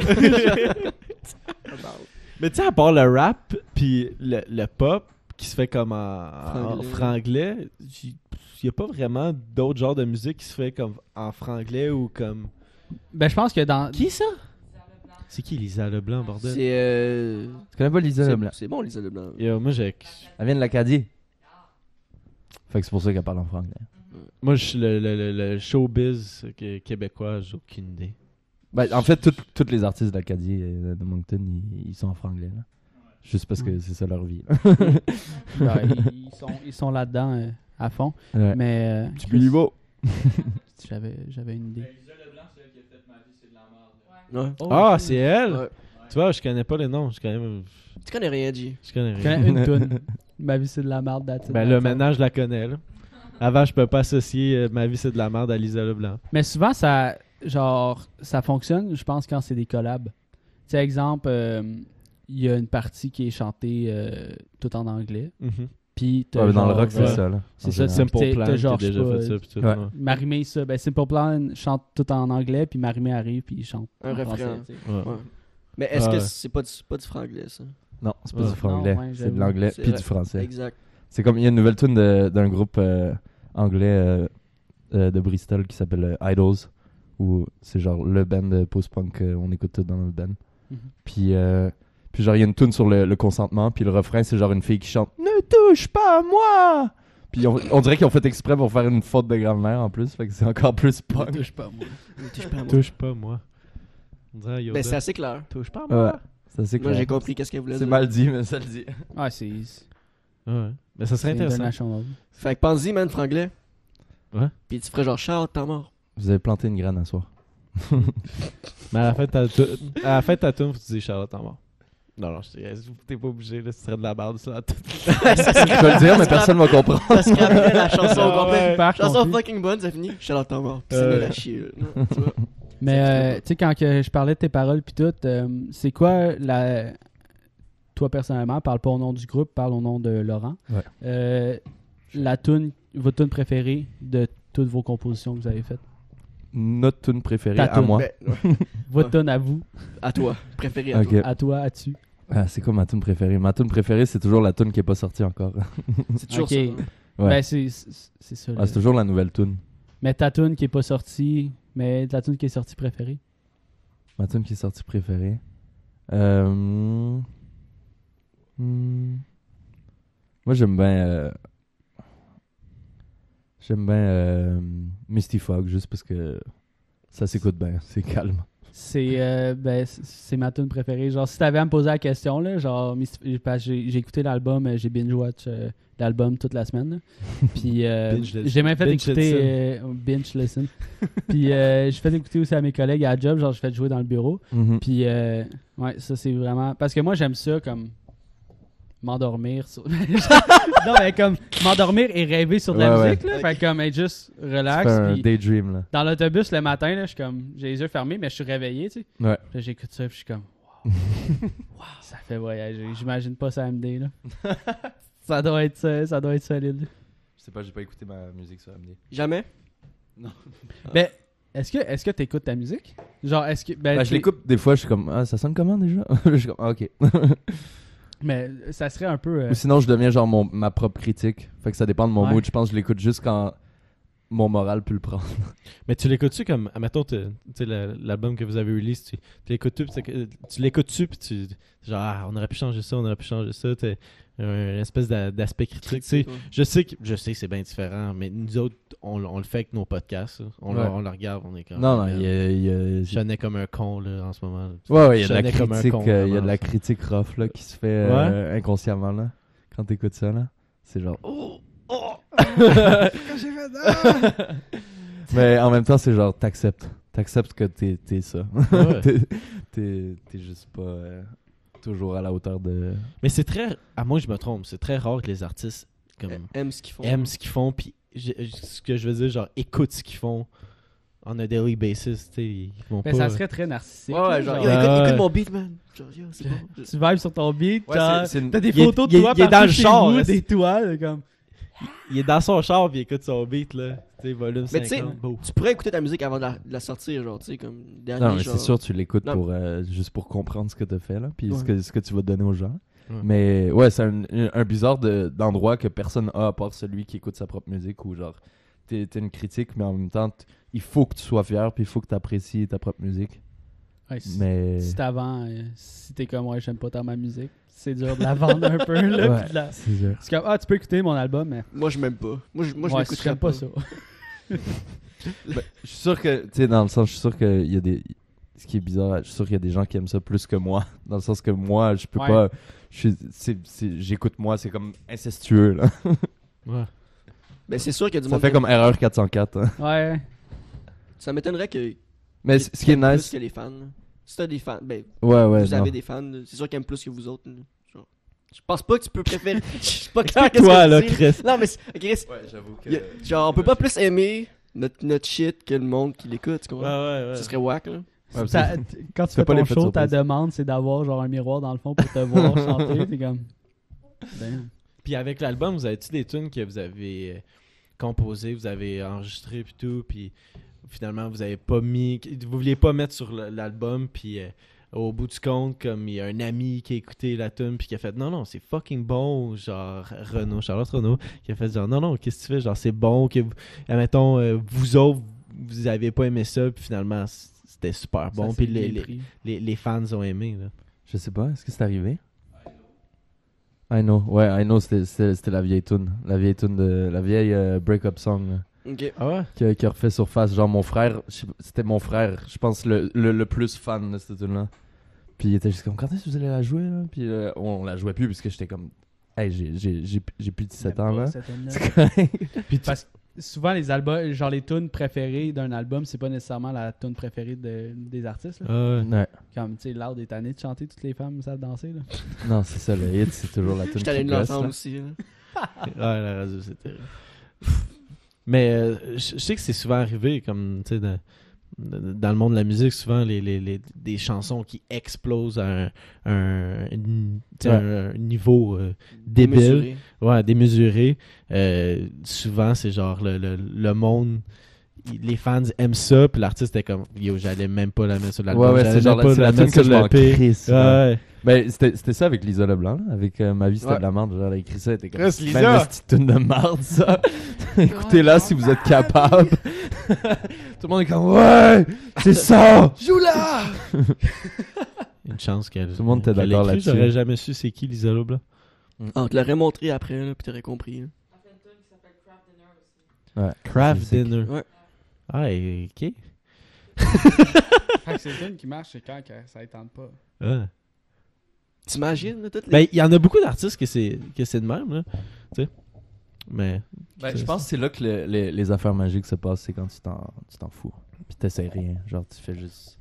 Mais tu sais, à part le rap, puis le, le pop, qui se fait comme en- en, Franglais. franglais, il n'y a pas vraiment d'autres genres de musique qui se fait comme en franglais ou comme... ben, je pense que dans. Qui ça? C'est qui Lisa Leblanc, bordel? C'est. euh, Tu connais pas Lisa c'est- Leblanc? C'est bon, Lisa Leblanc. Yo, moi, j'ai- Elle vient de l'Acadie. Fait que c'est pour ça qu'elle parle en franglais. moi, je suis le, le- le- le showbiz qué- québécois, j'ai aucune idée. Ben, en fait, toutes- tous les artistes d'Acadie et de Moncton, ils, ils sont en franglais. Là. Juste parce que c'est ça leur vie. là. Ben, ils sont, ils sont là-dedans euh, à fond. Ouais. Mais. euh, Petit niveau. J'avais, j'avais une idée. Ouais. Oh, Ah, c'est elle? Ouais. Tu vois, je connais pas les noms, je connais, Tu connais rien, G. je connais Je rien. connais une toune. Ma vie, c'est de la merde, that's it. Ben là, maintenant, je la connais, là. Avant, je peux pas associer euh, Ma vie, c'est de la merde à Lisa Leblanc. Mais souvent, ça, genre, ça fonctionne, je pense, quand c'est des collabs. Tu sais, exemple, euh, il y a une partie qui est chantée euh, tout en anglais. Mhm. Puis, t'as Ouais, mais dans le genre, rock, c'est euh, ça. là, c'est en ça, général. Simple T'es- Plan, t'es genre, j'ai je déjà sais fait pas, ça. puis tout, ouais. ouais. Marimé, ça. Ben, Simple Plan chante tout en anglais, puis Marimé arrive, puis il chante Un en refrain. français. tu sais. Ouais. Ouais. Mais est-ce Ah que ouais. c'est pas du, pas du franglais, ça Non, c'est pas Ouais. du franglais. Non, ouais, c'est de j'avoue. l'anglais C'est Ben, puis vrai. du français. Exact. C'est comme il y a une nouvelle tune de- d'un groupe euh, anglais euh, euh, de Bristol qui s'appelle euh, Idols. Où c'est genre le band de post-punk qu'on écoute tout dans le band. Mhm. Puis, euh, puis genre, il y a une tune sur le, le consentement. Puis le refrain, c'est genre une fille qui chante Ne touche pas à moi! Puis on, on dirait qu'ils ont fait exprès pour faire une faute de grammaire en plus. Fait que c'est encore plus punk. touche pas, moi. Ne touche pas à moi. Touche pas, moi. On dirait à Yoda. Mais Ben, c'est assez clair. Ben, Touche pas, Ouais. Ça, c'est Moi, clair. j'ai compris qu'est-ce qu'elle voulait C'est dire. mal dit, mais ça le dit. Ah, c'est. Ouais. Mais ça C'est serait intéressant. international. Fait que pense-y, man, franglais. Ouais. Puis tu ferais genre Charles, t'es mort. Vous avez planté une graine à soir. Mais à la fin de ta tou- à la fin de ta tune, faut que tu dis Charlotte en mort. Non, non, je sais, t'es pas obligé, là, ce serait de la merde, ça. Je peux le dire, mais personne va comprendre. Ça se rappelait la chanson au complet. Super Euh, Chanson confus. fucking bonne, ça finit. Charles, t'es mort. Puis Euh. c'est la chier. là. Non, tu vois. Mais C'est- euh, tu sais, quand que je parlais de tes paroles puis tout, euh, c'est quoi la. Toi personnellement, parle pas au nom du groupe, parle au nom de Laurent. Ouais. Euh, la tune, votre tune préférée de toutes vos compositions que vous avez faites. Notre tune préférée Ta à tune. moi. Ben, ouais. Votre tune à vous, à toi. Préféré à Ok. toi. à toi, à tu. Ah, c'est quoi ma tune préférée Ma tune préférée, c'est toujours la tune qui est pas sortie encore. C'est toujours Ok. ça. hein. Ouais. Ben c'est c'est- c'est ça. là. Ah, c'est toujours la nouvelle tune. mais ta tune qui est pas sortie, mais ta tune qui est sortie préférée. Ma tune qui est sortie préférée. Euh... hmm. Moi, j'aime bien. euh, J'aime bien euh, Misty Fog, juste parce que ça s'écoute bien, c'est calme. C'est euh, ben, c- c'est ma tune préférée. Genre, si t'avais à me poser la question, là, genre, Mystif- parce que j'ai j'ai écouté l'album, euh, j'ai binge-watch euh, l'album toute la semaine. là. Puis euh, Binge listen. j'ai même fait Binge écouter euh, binge listen. Puis euh, j'ai fait écouter aussi à mes collègues à la job, genre, j'ai fait jouer dans le bureau. Mm-hmm. Puis euh, ouais, ça c'est vraiment. Parce que moi j'aime ça comme m'endormir sur. non, mais comme m'endormir et rêver sur de la Ouais, ouais. musique, là. Fait que, comme être juste C'est relax. un puis- daydream, là. dans l'autobus le matin, là, je suis comme j'ai les yeux fermés, mais je suis réveillé, tu sais. Ouais. Puis Là, j'écoute ça, puis je suis comme wow. ça fait voyager. J'imagine pas ça MD là. ça doit être ça, ça doit être solide. Je sais pas, j'ai pas écouté ma musique sur MD. Jamais? Mais est-ce que est-ce que t'écoutes ta musique Genre est-ce que ben, Bah, je t'es- l'écoute des fois, je suis comme, ah, ça sonne comment déjà Je suis comme, ah, ok. mais ça serait un peu euh, Ou sinon, je deviens genre mon, ma propre critique. Fait que ça dépend de mon Ouais. mood. Je pense que je l'écoute juste quand, mon moral peut le prendre. Mais tu l'écoutes-tu comme, admettons, t'es- tu sais, la- l'album que vous avez release, tu tu l'écoutes-tu, puis c'est- tu l'écoutes-tu, puis tu, genre, Ah, on aurait pu changer ça, on aurait pu changer ça, t'es un- une espèce d'a- d'aspect critique, tu sais. Je sais que, je sais que c'est bien différent, mais nous autres, on, l- on le fait avec nos podcasts, là. on, le, Ouais. on le regarde, on est comme. non, non, man, il y a. il y a- Je sonnais comme un con, là, en ce moment. là. Ouais, ouais, il y a je de la sonnais comme un critique, con, euh, il y a vraiment, de la ça. critique rough là, qui se fait euh, inconsciemment là. Quand t'écoutes ça là, c'est genre oh oh. Mais en même temps, c'est genre t'acceptes, t'acceptes que t'es t'es ça. Ouais. t'es t'es- t'es juste pas euh, toujours à la hauteur de. Mais c'est très. À moi, je me trompe. C'est très rare que les artistes comme, Eh, Aime ce qu'ils font. aiment ce qu'ils font. Puis je- je- ce que je veux dire, genre, écoutent ce qu'ils font on a daily basis. tu sais, Ils vont Mais pas. Ben, ça serait très narcissique. Ouais, ouais, là, euh, genre, genre. yo, écoute, Ouais. écoute mon beat, man. Genre, yo, c'est bon. Tu vibes sur ton beat, Ouais, genre, c'est- c'est une- t'as des il est- photos il de est- toi il est dans partout le chez char, vous, là, des c'est- toiles, comme... Il est dans son char puis il écoute son beat là. Tu sais, volume Mais tu sais, 50. beau. Tu pourrais écouter ta musique avant de la, de la sortir, genre, tu sais, comme dernier Non, mais genre. c'est sûr, tu l'écoutes Non. pour euh, juste pour comprendre ce que t'as fait là, puis Ouais. ce que ce que tu vas donner aux gens. Ouais. Mais ouais, c'est un, un bizarre de- d'endroit que personne a à part celui qui écoute sa propre musique ou genre t'es t'es une critique, mais en même temps t- il faut que tu sois fier puis il faut que t'apprécies ta propre musique. Ouais, si- Mais Si t'avant, euh, si t'es comme, ouais, j'aime pas tant ma musique, c'est dur de la vendre un peu, là, Ouais. puis de la... c'est sûr. C'est comme, ah, tu peux écouter mon album, mais... Moi, je m'aime pas. Moi, je, moi, je ouais, si m'écouterais j'aime pas ça. Je suis sûr que tu sais dans le sens, je suis sûr que il y a des ce qui est bizarre, je suis sûr qu'il y a des gens qui aiment ça plus que moi, dans le sens que moi je peux Ouais. pas, je suis- c'est- c'est- j'écoute moi, c'est comme incestueux là. Ouais. Mais Ben, c'est sûr qu'il y a du Ça monde fait qui- comme erreur 404. hein. Ouais, Ça m'étonnerait que. Mais qu'ils c- ce qui est t'aiment nice, Plus que les fans. là. Si t'as des fans, ben, ouais ouais. vous non. avez des fans, là, c'est sûr qu'ils aiment plus que vous autres. là. Genre, Je pense pas que tu peux préférer. Je suis pas clair qu'est-ce Toi là, que tu dis, là. Chris. Non, mais c'est- Chris, Ouais, j'avoue que. y a- Euh, genre, on peut pas plus aimer notre, notre shit que le monde qui l'écoute, tu Ouais, comprends? ouais, ouais. Ce serait whack, là. Ta- Ouais, c'est- t- quand tu Fais fais pas ton l'effet de show, ta surprise. demande, c'est d'avoir genre un miroir dans le fond pour te voir chanter. T'es comme. Ben, Puis avec l'album, vous avez-tu des tunes que vous avez euh, composées, vous avez enregistrées puis tout, puis finalement vous avez pas mis, vous vouliez pas mettre sur le- l'album, puis euh, au bout du compte, comme il y a un ami qui a écouté la tune puis qui a fait non non c'est fucking bon, genre Renaud, Charlotte Renaud, qui a fait genre non non qu'est-ce que tu fais, genre c'est bon que vous, admettons euh, vous autres vous avez pas aimé ça puis finalement c- c'était super bon ça, puis c'est les, bien les, pris. les- les fans ont aimé là. Je sais pas, est-ce que c'est arrivé? I know, ouais, I know, c'était- c'était c'était la vieille tune, la vieille tune de, la vieille euh, break-up song là, Ok. Ah ouais. qui, a- qui a refait surface. Genre mon frère, je sais pas, c'était mon frère, je pense le, le, le plus fan de cette tune là. Puis il était juste comme quand est-ce que vous allez la jouer là? Puis euh, on, on la jouait plus parce que j'étais comme, hey j'ai- j'ai j'ai- j'ai plus de 17 ans Même pas là. cette tune-là. C'est correct. Puis tu- Parce que souvent, les albums, genre les tunes préférées d'un album, c'est pas nécessairement la tune préférée de- des artistes. là. Ah ouais. Ouais. Comme, tu sais, l'art des tannés de chanter, toutes les femmes savent danser. Là. Non, c'est ça, le hit, c'est toujours la tune Je t'allais qui de gosse, l'entendre là. aussi, là. Ouais, Ah, la radio, c'est terrible. Mais euh, je je sais que c'est souvent arrivé, comme, tu sais, dans, dans le monde de la musique, souvent, les, les- les- des chansons qui explosent à un, un- une- tu sais, Ouais. un- un niveau euh, débile, Mesuré. ouais, démesuré. Euh, souvent, c'est genre le, le- le monde... il- Les fans aiment ça, puis l'artiste est comme Yo, j'allais même pas la mettre sur l'album. Ouais, ouais, j'allais c'est genre même la, c'est la mettre tune que sur je le m'en P. crisse, Ouais, là. ouais. Mais Ben, c'était c'était ça avec Lisa Leblanc, là. avec euh, ma vie c'était Ouais. de la merde, genre elle a écrit ça, elle était comme Chris, Lisa! Ben, mais c'est une tune de merde ça. Écoutez-la si vous êtes capable. Tout le monde est comme ouais, c'est ça. Joue là! Une chance qu'elle. Tout le monde était qu'elle d'accord écrit, là-dessus. J'aurais jamais su c'est qui Lisa Lobla. Ah, on te l'aurait montré après, là, pis t'aurais compris, là. Craft C'est- Dinner. Ouais. Ah, et- ok. fait que c'est une qui marche, c'est quand ça étende pas. Ah. T'imagines, là, toutes les. Ben, il y en a beaucoup d'artistes que c'est que c'est de même, là. Tu sais. Mais. Ben, je pense que c'est là que le- les, les affaires magiques se passent, c'est quand tu t'en tu t'en fous. Puis t'essaies rien, genre tu fais juste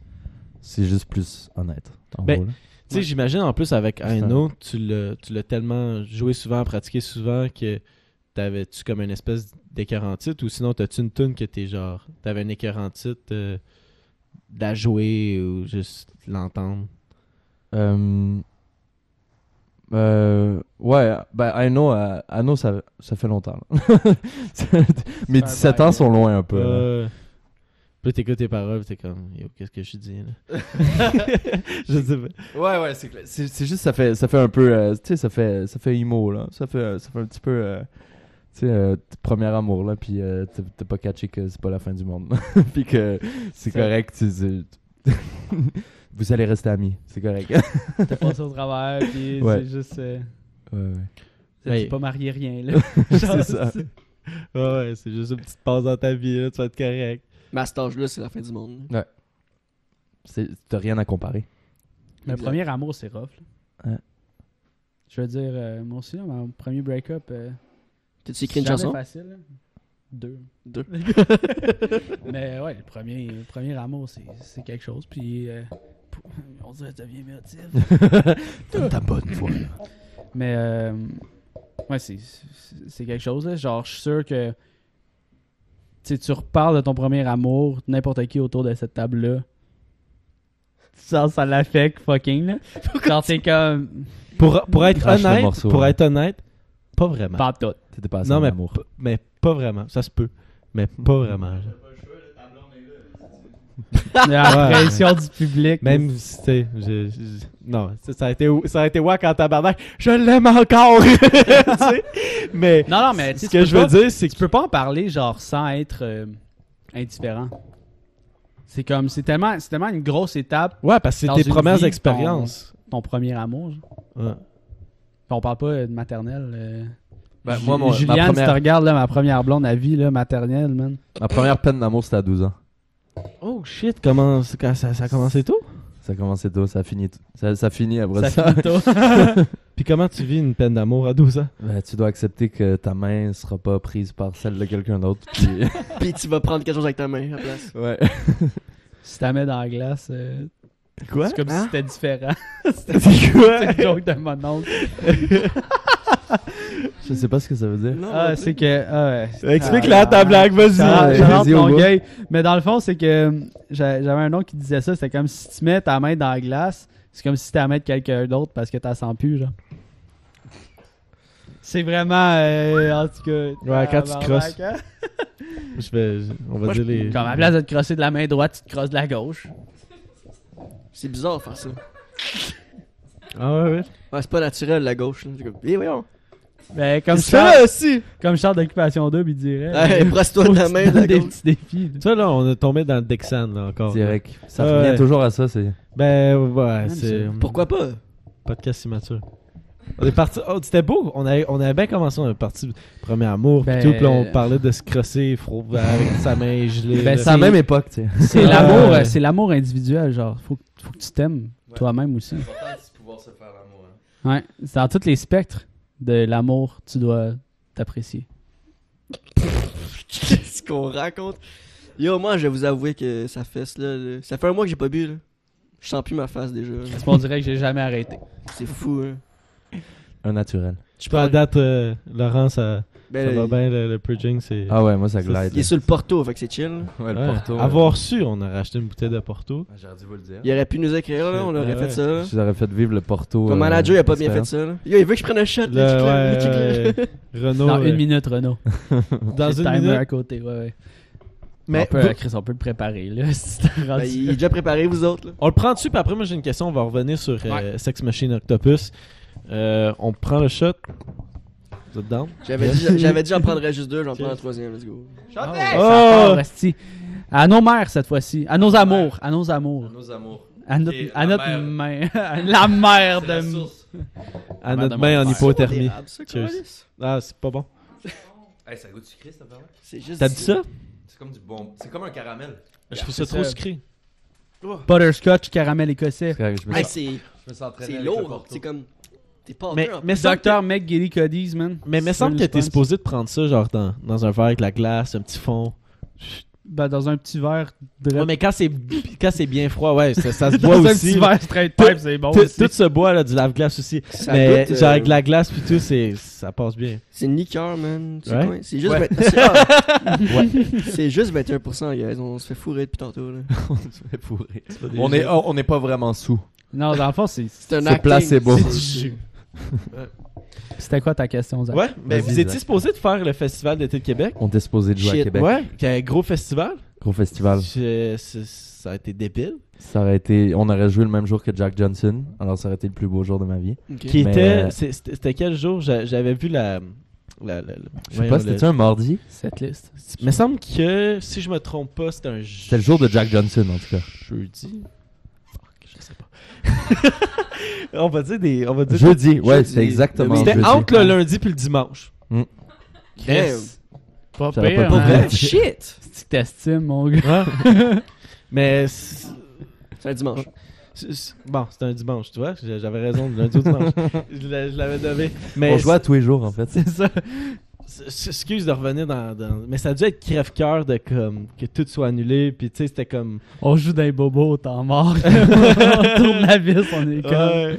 c'est juste plus honnête. en Ben, gros, là. Tu sais, j'imagine en plus avec C'est Aino, tu l'as tu l'as tellement joué souvent, pratiqué souvent que t'avais-tu comme une espèce d'écœurantite ou sinon t'as-tu une tune que t'es genre. T'avais une écœurantite euh, de la jouer ou juste l'entendre. Euh, euh, ouais, ben, I know, euh, I know, ça, ça fait longtemps. là. Mes un 17 bail, ans sont loin un peu. là. Euh, Puis là, t'écoutes tes paroles, puis t'es comme, yo, qu'est-ce que je dis là? je sais pas. Ouais, ouais, c'est clair. C'est c'est juste, ça fait, ça fait un peu, euh, tu sais, ça fait, ça fait emo, là. Ça fait, ça fait un petit peu, euh, tu Tu sais, euh, t- premier amour, là, puis euh, t'as t'as pas catché que c'est pas la fin du monde. puis que c'est correct. tu- tu- Vous allez rester amis, c'est correct. T'as passé au travers, puis Ouais. c'est juste. euh, Ouais, ouais. t'es Ouais. pas marié rien, là. c'est ça. Ouais, ouais, c'est juste une petite pause dans ta vie, là, tu vas être correct. Mais à cet âge-là, c'est la fin du monde. C'est- T'as rien à comparer. Le Exact. premier amour, c'est rough. là. Ouais. Je veux dire, euh, moi aussi, là, mon premier break-up. euh, T'as-tu écrit une jamais chanson? facile. là. Deux. Deux. Mais ouais, le premier, le premier amour, c'est c'est quelque chose. Puis euh, pou- on dirait que ça devient médiatif. Donne ta bonne foi. Mais euh, ouais, c'est c'est- c'est quelque chose. Là. Genre, je suis sûr que tu sais, tu reparles de ton premier amour, n'importe qui autour de cette table-là. Genre, ça l'affecte fucking, là. Genre, t'es comme. Pour, pour être Crache le honnête, morceau, pour ouais. être honnête, pas vraiment. Pas tout. T'étais pas assez non, en mais, amour. p- mais pas vraiment. Ça se peut. Mais pas vraiment. là. La Ouais. pression du public. Même si, tu sais, je- je- non, ça, ça a été, ça a été wack en tabarnak. Je l'aime encore! Tu sais? mais, Non, non, mais tu sais, ce tu peux que je veux pas- dire, c'est que Tu peux pas en parler, genre, sans être euh, indifférent. C'est comme. C'est tellement, c'est tellement une grosse étape, Ouais, parce que Dans c'est tes une premières vie, expériences. ton premier amour. genre. Ouais. Puis on parle pas euh, de maternelle. euh, Ben, Ju- moi, mon- ma Juliane, si première- tu regardes là, ma première blonde à vie, là, maternelle, man. Ma première peine d'amour, c'était à 12 ans. Oh shit, comment, c'est quand ça, ça a commencé tôt? Ça a commencé tôt, ça a fini, t- ça, ça finit après ça. Puis comment tu vis une peine d'amour à 12 ans? Ben, tu dois accepter que ta main sera pas prise par celle de quelqu'un d'autre. puis- Puis tu vas prendre quelque chose avec ta main à la place. ouais. si t'as mets dans la glace, euh, Quoi? c'est comme si c'était différent. Hein? C'est quoi? c'est une joke de mon oncle. Je sais pas ce que ça veut dire. Non, Ah, non c'est que. Ah, ouais. Explique-la, Ah, ta blague, vas-y. Charles- Ah, Charles vas-y, au bout. Longueuil. Mais dans le fond, c'est que hum, j'a- j'avais un oncle qui disait ça. C'était comme si tu mets ta main dans la glace, c'est comme si tu la mets de quelqu'un d'autre parce que t'as sens plus, genre. C'est vraiment. euh, en tout cas. Ouais, quand tu tabarnak, te crosses. hein? Je vais, je- on va Moi, dire je- les. Comme à la place de te crosser de la main droite, tu te crosses de la gauche. C'est bizarre de faire ça. Ah ouais, ouais. Ouais, c'est pas naturel, la gauche. Là. C'est Comme... Eh, voyons. Ben, comme C'est ça, Charles, là, aussi. comme Charles d'Occupation 2, il dirait. Eh, euh, Brasse-toi de la faut que main, tu te de donnes la des gauche. petits défis. là. Ça, là, on est tombé dans le Dexan, là, encore. Ah, Direct. Ça Ouais. revient toujours à ça, c'est. Ben, ouais, Ah, mais c'est. Mm-hmm. Pourquoi pas? Podcast immature. On est parti. Oh, c'était beau. On avait, on avait bien commencé. On est parti. Premier amour. pis Ben- tout. Puis là, on parlait de se crosser fro- avec sa main gelée. Ben, là. C'est à la même époque, tu sais. C'est Ouais. l'amour, euh, c'est l'amour individuel, genre. Faut, que- faut que tu t'aimes toi-même aussi. pouvoir se faire l'amour. hein. Ouais, c'est dans tous les spectres de l'amour, tu dois t'apprécier. Qu'est-ce qu'on raconte? Yo, moi, je vais vous avouer que sa fesse, là, là, ça fait un mois que j'ai pas bu, là. Je sens plus ma face déjà. là. Parce qu'on dirait que j'ai jamais arrêté. C'est fou, hein. Un naturel. Je peux à date, euh, Laurent, ça, ça Ben, va il- bien. Le, le purging, c'est. Ah ouais, moi ça glide. Il est sur le porto, fait que c'est chill. là. Ouais, euh, Ouais. Avoir su, on aurait acheté une bouteille de Porto. J'aurais dû vous le dire. Il aurait pu nous écrire, là, on Ouais, aurait ouais. fait ça. là. Je vous aurais fait vivre le Porto. Mon euh, manager, il a pas bien fait expérience. ça, là. Yo, il veut que je prenne un Ah, shot, Là, là, check-le, ouais, check-le. ouais. Renault. dans euh, une minute, Renaud. Dans J'ai le une timer minute. à côté, ouais, ouais. Mais on, peut, vous- euh, Chris, on peut le préparer, là, si t'es Ben, rendu- il est déjà préparé, vous autres, là. On le prend dessus, puis après, moi, j'ai une question. On va revenir sur euh, Sex Machine Octopus. Euh, on prend le shot. Vous êtes down? J'avais dit, j'avais dit, j'en prendrais juste deux, j'en prends un troisième, let's go. Ah ouais, Oh! ça part, esti. À nos mères, cette fois-ci. À nos amours. À nos amours. Nos amours. À notre, Et à la notre main. À la mère de... m- À Madame notre main en Montfort. hypothermie. Ah, ça, Cheers. câlisse. Ah, c'est pas bon. Hey, ça goûte sucré, cette affaire-là? C'est juste. T'as dit ça? C'est comme du bon. C'est comme un caramel. Je trouve Ah, ça C'est trop ça. sucré. Butterscotch, caramel écossais. C'est correct, je me Hey, sens- c'est, Je me sens très c'est bien avec le lourd, Porto. c'est comme. T'es pas Mais, en mais plus. semble que- Docteur McGilly Cody's, man. mais me C'est semble une que t'es sponsor. supposé de prendre ça, genre, dans, dans un verre avec la glace, un petit fond. Ben, dans un petit verre de Ouais, mais quand c'est quand c'est bien froid, ouais, ça, ça se Dans boit un aussi. petit verre straight pipe, c'est bon Tout aussi. tout se boit, là, du lave-glace aussi. Ça mais, goûte, euh, genre, avec la glace, puis tout, c'est- ça passe bien. C'est une liqueur, man. C'est Ouais. quoi? C'est juste. 20 C'est, ah. c'est juste 21%, guys. On se fait fourrer depuis tantôt, là. On est, oh, on n'est pas vraiment sous. Non, dans le fond, c'est... C'est un C'est acting. placebo. C'est du C'est jus. C'était quoi ta question, Zach? Ouais, mais Vas-y, vous étiez Zach. supposé de faire le festival d'été de Québec. On était supposé de jouer Shit, à Québec. Ouais, qui est un gros festival. Gros festival. Je- c'est- ça a été débile. Ça aurait été, on aurait joué le même jour que Jack Johnson. Alors ça aurait été le plus beau jour de ma vie. Ok. Qui Mais, était. euh, c'est- C'était c'était quel jour J'a- J'avais vu la, la- la- la- Je sais voyons, pas, le- c'était un mardi Cette liste. Il me semble que, si je me trompe pas, c'était un jeudi. C'était le jour de Jack Johnson, en tout cas. Jeudi. Fuck, je sais pas. on va dire des. On va dire Jeudi, ouais, Jeudi. c'est exactement. Oui. C'était jeudi. entre le lundi puis le dimanche. Mm. Yes. Pas Ça va pire. pas hein? bien. Shit! C'est que t'estimes, mon gars. Ouais. Mais. c'est- C'est un dimanche. c'est- c'est- Bon, c'était un dimanche, tu vois. J'ai- J'avais raison, du lundi au dimanche. je l'a- je l'avais donné. Mais On jouait à tous les jours, en fait. C'est ça. S- s- Excuse de revenir dans, dans- Mais ça a dû être crève-cœur de comme. Que tout soit annulé. Puis tu sais, c'était comme. On joue dans les bobos au temps mort. on tourne la vis, on est comme. Ouais.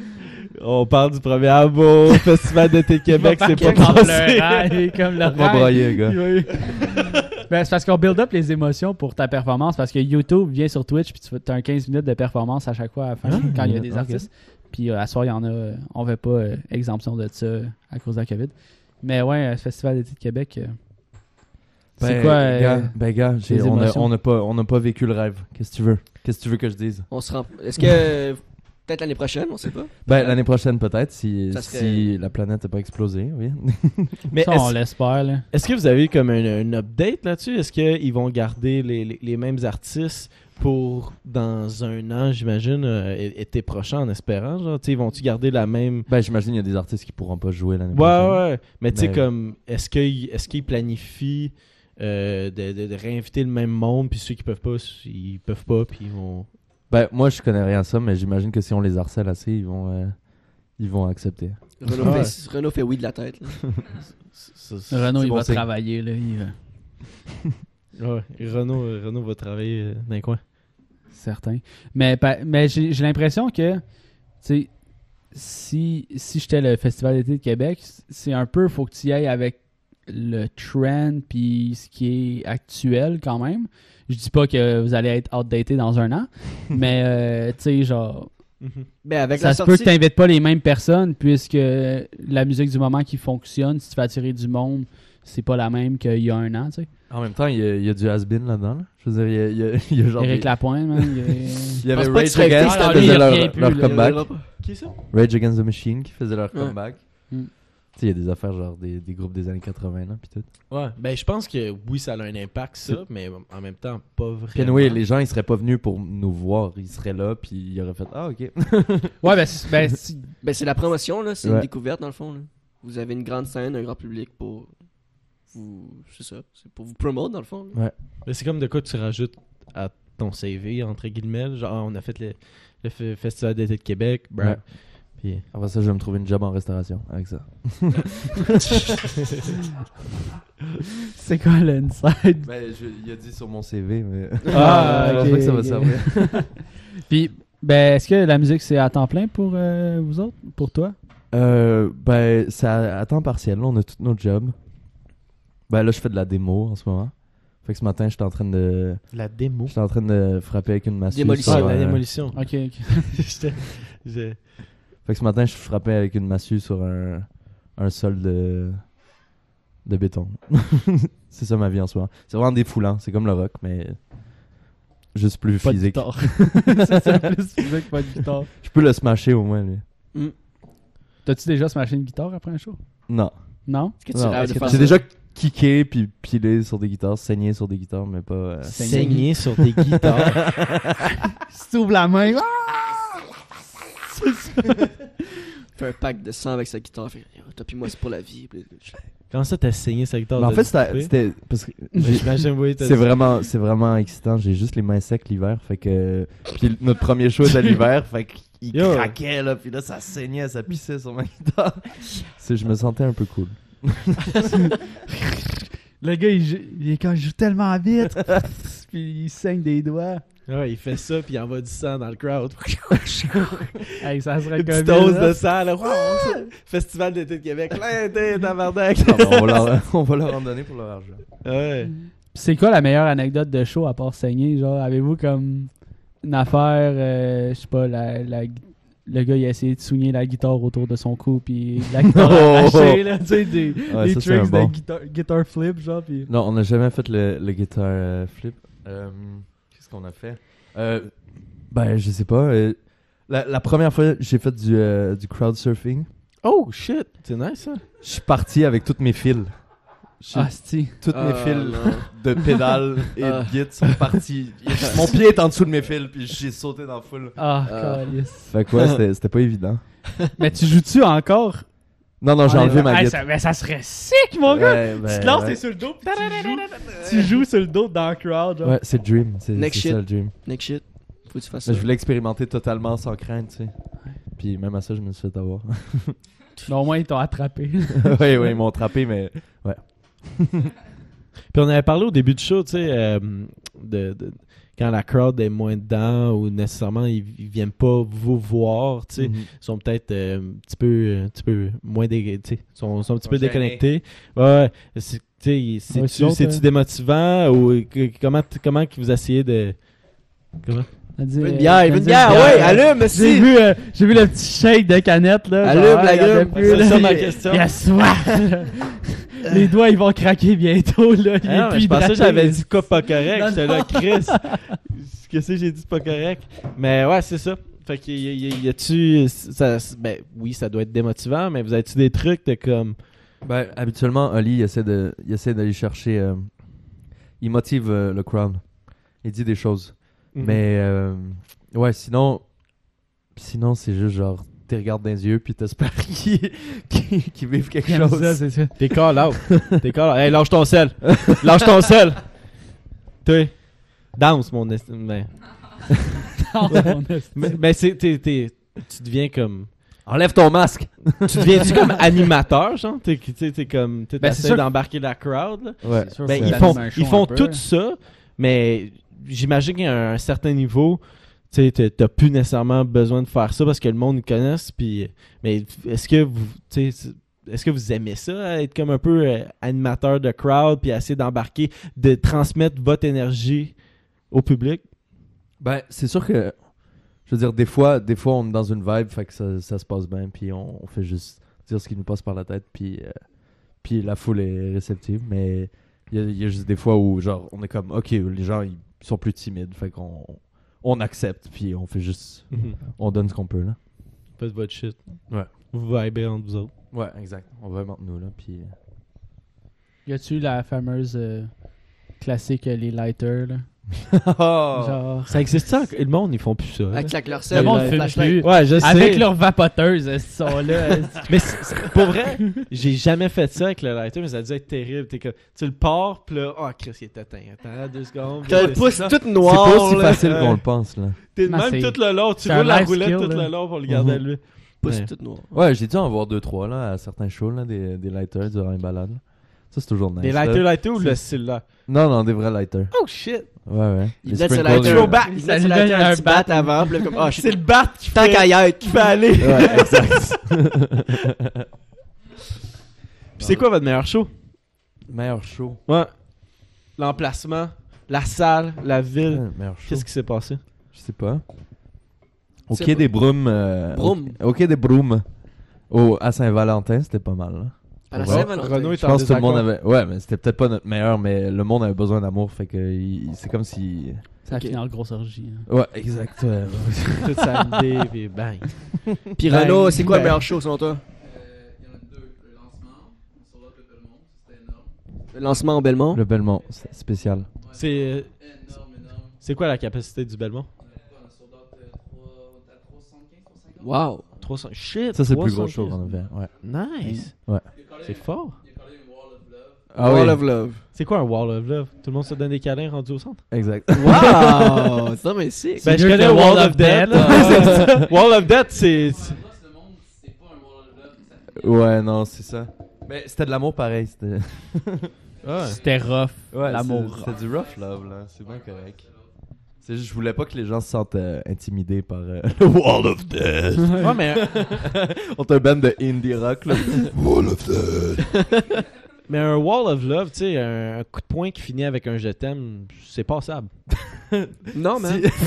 On parle du premier amour, Festival d'été Québec, c'est pas passé. passé. comme le On va rêve. brailler, gars. Ben, c'est parce qu'on build up les émotions pour ta performance parce que YouTube vient sur Twitch puis tu as un 15 minutes de performance à chaque fois à la fin, quand il y a des Ah, ok. artistes. Puis euh, à soir, il y en a euh, on fait pas euh, exemption de ça à cause de la Covid. Mais ouais, euh, Festival d'été de Québec euh, c'est Ben, quoi euh, gars, ben, gars, j'ai- les on a- émotions? on n'a pas, on n'a pas vécu le rêve. Qu'est-ce que tu veux? Qu'est-ce que tu veux que je dise? On se rend. Est-ce que. Peut-être l'année prochaine, on sait pas. Ben, l'année prochaine, peut-être, si, Ça serait- si la planète n'a pas explosé, oui. Mais ça, on est-ce l'espère là. est-ce que vous avez eu comme un, un update là-dessus? Est-ce qu'ils vont garder les, les- les mêmes artistes pour dans un an, j'imagine, euh, é- été prochain en espérant? Genre, tu sais, vont-ils garder la même. ben, j'imagine qu'il y a des artistes qui pourront pas jouer l'année Ouais, prochaine. ouais. Mais tu sais, Ben, Mais- comme, est-ce qu'ils est qu'ils planifient euh, de, de- de réinviter le même monde, puis ceux qui peuvent pas, ils peuvent pas, puis ils vont. Ben, moi, je connais rien à ça, mais j'imagine que si on les harcèle assez, ils vont, euh, ils vont accepter. Renaud, Ouais. fait, Renaud fait oui de la tête. là. c'est- c'est- Renaud, c'est il bon va signe. travailler là, il va- Ouais, Renaud, euh, Renaud va travailler euh, dans un coin. certain. Mais pa- mais j'ai j'ai l'impression que tu sais si si j'étais le Festival d'été de Québec, c'est un peu faut que tu y ailles avec le trend puis ce qui est actuel quand même. Je dis pas que vous allez être outdated dans un an, mais euh, tu sais genre Ben, avec ça la se peut sortie. que t'invites pas les mêmes personnes puisque la musique du moment qui fonctionne, si tu vas attirer du monde, c'est pas la même qu'il y a un an, tu sais. En même temps, il y a, il y a du has-been là-dedans. là. Je veux dire, il y a, il y a- il y a genre. Eric des- Lapointe, man, il est- Il y avait pense pas que Rage tu serais Against invité, qui lui, faisait hein, il revient leur, plus, leur là, il comeback. reviendra pas. Qui ça? Rage Against the Machine qui faisait leur Ouais. comeback. Mm. Tu sais, il y a des affaires genre des, des groupes des années 80 là, puis tout. Ouais, ben je pense que oui, ça a un impact, ça, mais en même temps, pas vraiment. Puis anyway, les gens, ils seraient pas venus pour nous voir. Ils seraient là, puis ils auraient fait Ah, ok. Ouais, ben, c'est- ben, c'est- Ben, c'est la promotion, là. C'est une Ouais. découverte, dans le fond. là. Vous avez une grande scène, un grand public pour vous. C'est ça. C'est pour vous promote, dans le fond. là. Mais c'est comme de quoi tu rajoutes à ton CV, entre guillemets. Genre, on a fait le, le fe- Festival d'été de Québec. bruh. Ouais. Puis, Après ça, je vais me trouver une job en restauration avec ça. c'est quoi l'inside Ben, je, il a dit sur mon CV, mais. Ah, Je pense ok, pas que ça va ok. servir. Puis, ben, est-ce que la musique, c'est à temps plein pour euh, vous autres, pour toi? Euh, ben, c'est à, à temps partiel. Là, on a tous nos jobs. Ben, là, je fais de la démo en ce moment. Fait que ce matin, j'étais en train de. la démo. J'étais en train de frapper avec une massue. Démolition. sur, Ah, la euh, démolition. OK, OK. J'étais- j'ai- Fait que ce matin, je frappais avec une massue sur un, un sol de, de béton. c'est ça ma vie en ce moment. C'est vraiment défoulant. C'est comme le rock, mais juste plus Pas de physique. guitare. c'est ça, plus physique, pas de guitare. Je peux le smasher au moins, lui. T'as-tu déjà smashé une guitare après un show? Non. Non? Est-ce que tu Non, rêves parce de que faire J'ai ça? déjà kické, puis pilé sur des guitares, saigné sur des guitares, mais pas... euh, Saigner sur des guitares. Si t'ouvres la main, ah! fait un pack de sang avec sa guitare. Fait, Yo, toi pis moi, c'est pour la vie. Puis là, je- Comment ça, t'as saigné sa guitare? Mais en T'as fait, dû c'était- couper? c'était... Parce que Ben, j'ai- J'imagine, oui. t'as C'est dû- vraiment, c'est vraiment excitant. J'ai juste les mains secs l'hiver, fait que puis notre premier show était l'hiver, fait qu'il Yo. craquait là, puis là ça saignait, ça pissait sur ma guitare. C'est- je me sentais un peu cool. Le gars, il, joue- il est quand il joue tellement vite, puis il saigne des doigts. Ouais, il fait ça, puis il envoie du sang dans le crowd. Hey, ça serait Une comme petite dose hein. de sang, là. Wow! Festival d'été de Québec. Plein de tabarnak. Ah ben, on, va leur, on va leur en donner pour leur argent. Ouais. C'est quoi la meilleure anecdote de show à part saigner? Genre, avez-vous comme une affaire, euh, je sais pas, la, la- le gars il a essayé de soigner la guitare autour de son cou, puis la guitare a lâché, là, tu sais, des, Oh! Ouais, des ça, c'est un tricks bon. de guitar, guitar flip, genre, puis. Non, on n'a jamais fait le, le guitar euh, flip. Euh, Qu'est-ce qu'on a fait Euh, Ben je sais pas. euh, la, la première fois j'ai fait du euh, du crowd surfing. Oh shit, c'est nice ça. Je suis parti avec toutes mes fils. Ah, J'ai- Asti. Toutes mes Ah, fils non. de pédales et Ah. de guides sont partis. Mon pied est en dessous de mes fils, puis j'ai sauté dans la foule. Ah, Ah. câlisse. Fait quoi, c'était c'était pas évident. Mais tu joues-tu encore? Non, non, j'ai Ah, enlevé ben, ma hey, guide. ça, mais ça serait sick, mon gars! Ouais, ben, tu te lances, ouais. t'es sur le dos, pis tu joues, tu joues sur le dos dans le crowd. genre. Ouais, c'est le dream. C'est Next c'est shit. ça le dream. Next shit. Faut que tu fasses ça. Mais je voulais expérimenter totalement sans crainte, tu sais. Puis même à ça, je me suis fait avoir. Mais au moins, ils t'ont attrapé. oui, oui, ils m'ont attrapé, mais. Puis on avait parlé au début du show, tu sais, euh, de, de- quand la crowd est moins dedans ou nécessairement ils, ils viennent pas vous voir, tu sais, Mm. Mhm. ils sont peut-être euh, un petit peu, un petit peu moins dé- tu sais, sont, sont un petit Sont peu gênés. déconnectés. Ouais, c'est- tu sais, c'est-tu Ouais, sinon, c'est-tu t'as- démotivant ou que- comment comment que vous essayez de comment Il euh, veut une bière, il veut une bière, ouais, allume, J'ai merci! vu, euh, j'ai vu le petit shake de canette, là. Allume, genre, la il y en a gueule. plus, là. C'est ça, ma question. Il a soif. Les doigts, ils vont craquer bientôt, là. Il est plus Ah je pensais que hydraté. j'avais dit quoi pas correct, Non, j'étais là Chris. Qu'est-ce que j'ai dit de pas correct Mais ouais, c'est ça. Fait que y, y- y- y a-tu ça ben oui, ça doit être démotivant, mais vous avez-tu des trucs de comme Ben, habituellement, Oli, il essaie de- il essaie d'aller chercher. euh, il motive euh, le crowd. Il dit des choses. Mm. Mhm. Mais, euh, ouais, sinon. Sinon, c'est juste genre. Tu regardes dans les yeux, puis t'espères qu'ils qu'ils- qu'ils vivent quelque J'aime ça, chose. c'est ça. T'es call out. T'es call out. Hey, lâche ton sel. Lâche ton sel. T'es. Danse, mon est... Mais, Oh, mon esti. mais, mais c'est. t'es- t'es- tu deviens comme. Enlève ton masque! Tu deviens-tu comme animateur, genre? T'es, tu sais, t'es comme. T'es Ben, c'est sûr. d'embarquer la crowd, là. Ouais. C'est sûr, Ben, faut ils que font, t'animes un show ils font un peu. tout ça, mais j'imagine qu'à un certain niveau, tu sais, t'as- t'as plus nécessairement besoin de faire ça parce que le monde ils connaissent. Puis, mais est-ce que vous, tu sais, c'est- est-ce que vous aimez ça, être comme un peu euh, animateur de crowd, puis essayer d'embarquer, de transmettre votre énergie au public? Ben, c'est sûr que. Je veux dire, des fois, des fois, on est dans une vibe, fait que ça, ça se passe bien, puis on, on fait juste dire ce qui nous passe par la tête, puis, euh, puis la foule est réceptive. Mais il y a- il y, a juste des fois où, genre, on est comme, ok, les gens, ils sont plus timides, fait qu'on on accepte, puis on fait juste. On donne ce qu'on peut, là. Mm-hmm. Faites votre shit. Ouais. Vous vibez entre vous autres. Ouais, exact. On va entre nous, là, puis. euh. Y a-tu la fameuse euh, classique, euh, les lighters, là? Genre. Ah. Ça existe ça? encore? Le monde, ils font plus ça. là. Elle claque leur Le sel. monde euh, fume flashlight. plus. Ouais, je sais. Avec leur vapoteuse, ils sont là. esti. Mais c'est- c'est- pour vrai, j'ai jamais fait ça avec le lighter, mais ça a dû être terrible. T'es comme, tu le pars, pis là, oh Chris, il est éteint. Attends deux secondes. T'as le Là, pouce c'est ça. tout C'est noir. pas aussi là. facile ouais. qu'on le pense, là. T'es de Ah, même c'est- tout le long. Tu c'est un roules la life roulette skill, tout là. le long pour le garder à Mhm. lui. Pouce Ouais. tout noir. Ouais, j'ai dû en voir deux, trois, là, à certains shows, là, des, des lighters durant les balades. Ça, c'est toujours nice. Des là. lighters, lighters ou c'est- le style là? Non, non, des vrais lighters. Oh shit! Ouais, ouais. Il Les venait de se sprinkles, lighter. euh, Il venait de se lighter un petit bat avant. puis là, comme, ah, je C'est le bat qui Tant fait- qu'à y être. qui fait aller. Ouais, exact. Pis c'est quoi votre meilleur show? meilleur show. Ouais. L'emplacement, la salle, la ville. Hein, meilleur show. Euh, Qu'est-ce qui s'est passé? Je sais pas. Au C'est Quai pas- des Brumes. euh, Broum. Au, au Quai des Brumes. Au, à Saint-Valentin, c'était pas mal. hein. À la Ouais. Saint-Valentin. Renaud est Je en pense que tout le monde désaccord. avait. Ouais, mais c'était peut-être pas notre meilleur, mais le monde avait besoin d'amour. Fait que il- c'est comme si. Ça Ok. finit en grosse orgie. hein. Ouais, exact. ouais. Tout samedi, pis bang. Puis Ben, Renaud, c'est quoi le ben. meilleur show selon toi Le lancement au Belmont. le Belmont, c'est spécial. C'est. euh, C'est quoi la capacité du Belmont? Wow. 300. Shit! Ça, c'est le plus 300 gros show qu'on a fait. Ouais. Nice. Ouais. C'est fort. Ah Wall oui, of Love. C'est quoi un Wall of Love? Tout le monde se donne des câlins rendus au centre? exact. Wow. Ça, mais sick. Ben, je mieux connais que le Wall Wall of of Death. Death. Wall of Death, c'est. c'est- ouais, non, c'est ça. Mais c'était de l'amour pareil. C'était. C'était rough. Ouais, L'amour. c'est- C'est du rough love, là. C'est bien correct. C'est juste, je voulais pas que les gens se sentent euh, intimidés par euh, Wall of Death. Ouais, mais, On te band de indie rock, là. Wall of Death. mais un Wall of Love, tu sais, un, un coup de poing qui finit avec un je t'aime, c'est passable. Non, man.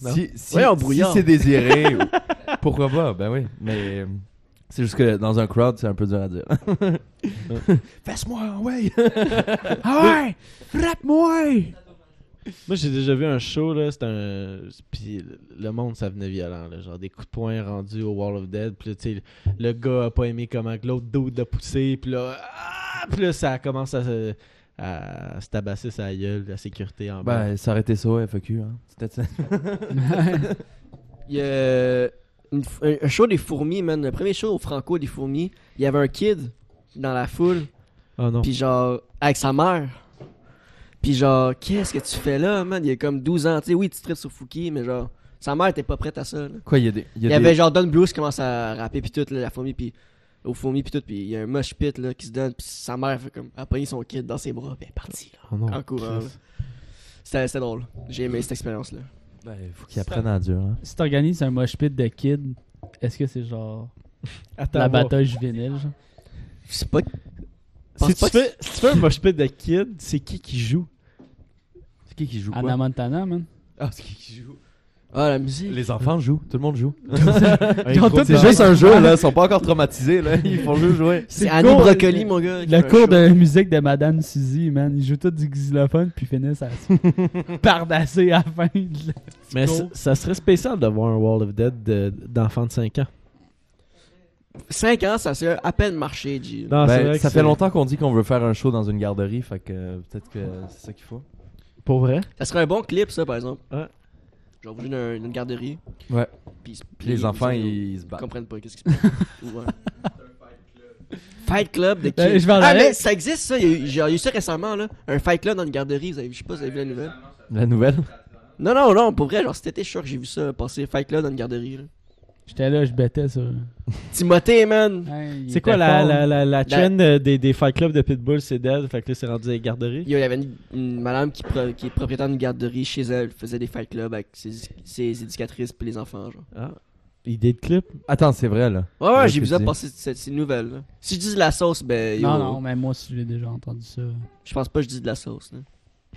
Non. Si, si, Voyons, si brouillard. c'est désiré, ou- pourquoi pas? Ben oui. Mais euh, c'est juste que dans un crowd, c'est un peu dur à dire. Fesse-moi, ouais! Ah ouais! Frappe-moi! Moi, j'ai déjà vu un show, là, c'était un... Puis le monde, ça venait violent, là, genre des coups de poing rendus au Wall of Dead. Puis là, tu sais, le gars a pas aimé comment que l'autre dude l'a poussé. Puis là, ah! puis là, ça commence à se, à se tabasser sa gueule, la sécurité en bas. Ben, s'arrêter ça au FAQ, hein. C'était ça. Il y a une f- un- un show des fourmis, man. Le premier show au Franco des fourmis, il y avait un kid dans la foule, oh non. puis genre, avec sa mère. Puis genre, qu'est-ce que tu fais là, man? Il y a comme 12 ans. Tu sais, oui, tu tripes sur Fouki, mais genre, sa mère était pas prête à ça, là. Quoi, il y a des. il y a Il y des- avait Jordan Bruce qui commence à rapper puis tout, là, la fourmi puis au fourmi puis tout, puis il y a un mosh pit là, qui se donne puis sa mère fait comme a pogné son kid dans ses bras, puis elle est partie là, Oh non. en courant. là. Chris. C'était c'était drôle. J'ai aimé cette expérience là. Ben, faut qu'ils apprennent à dur, hein. Si t'organises un mosh pit de kids, est-ce que c'est genre Attends, la voir. bataille juvénile? genre? C'est pas Si pense tu, pas que fais, si tu fais un mosh pit de kid, c'est qui qui joue C'est qui qui joue Anna Montana, man. Ah, c'est qui qui joue Ah la musique. Les enfants jouent, tout le monde joue. Ils ont C'est juste un jeu, Ah, là. Ils sont pas encore traumatisés, là. Ils font juste jouer. C'est le Annie cours- Brocoli mon Euh, gars. qui Le fait un cours show. de musique de Madame Suzy, man. Ils jouent tout du xylophone puis finissent à se pardasser à la fin. de la- Mais Cool. ça, ça serait spécial de voir un Wall of Dead de- d'enfants de 5 ans. 5 ans, ça s'est à peine marché, G. Non, Ah, c'est Ben, vrai que ça c'est- fait longtemps qu'on dit qu'on veut faire un show dans une garderie, fait que euh, peut-être que c'est ça qu'il faut. Pour vrai Ça serait un bon clip ça par exemple. Ouais. Genre vous jouez dans une garderie. Ouais. Puis ils- Puis les ils- enfants, ils- ils, se Ils battent. comprennent pas qu'est-ce qui se passe. Ou, ouais. Fight Club de qui Euh, je vais en Ah, aller. mais ça existe, ça. Il y a eu- J'ai eu ça récemment, là. Un Fight Club dans une garderie. Vous avez, je sais pas si vous avez vu la nouvelle. La nouvelle Non, non, non, pour vrai, genre, c'était sûr que j'ai vu ça passer Fight Club dans une garderie. là. J'étais là, je bêtais ça. Timothée, man. C'est quoi la, la, la, la trend euh, des, des Fight Club de Pitbull C'est dead, fait que là c'est rendu des garderies. Il y avait une, une madame qui, pro- qui est propriétaire d'une garderie chez elle. faisait des Fight Club avec ses, ses éducatrices puis les enfants, genre. Ah. Idée de clip Attends, c'est vrai, là. Ouais, ouais, Ouais, j'ai vu c'est ça dit. passer cette, ces nouvelles, là. Si je dis de la sauce, ben. yo, Non, non, mais moi aussi, j'ai déjà entendu ça. Je pense pas que je dis de la sauce, là.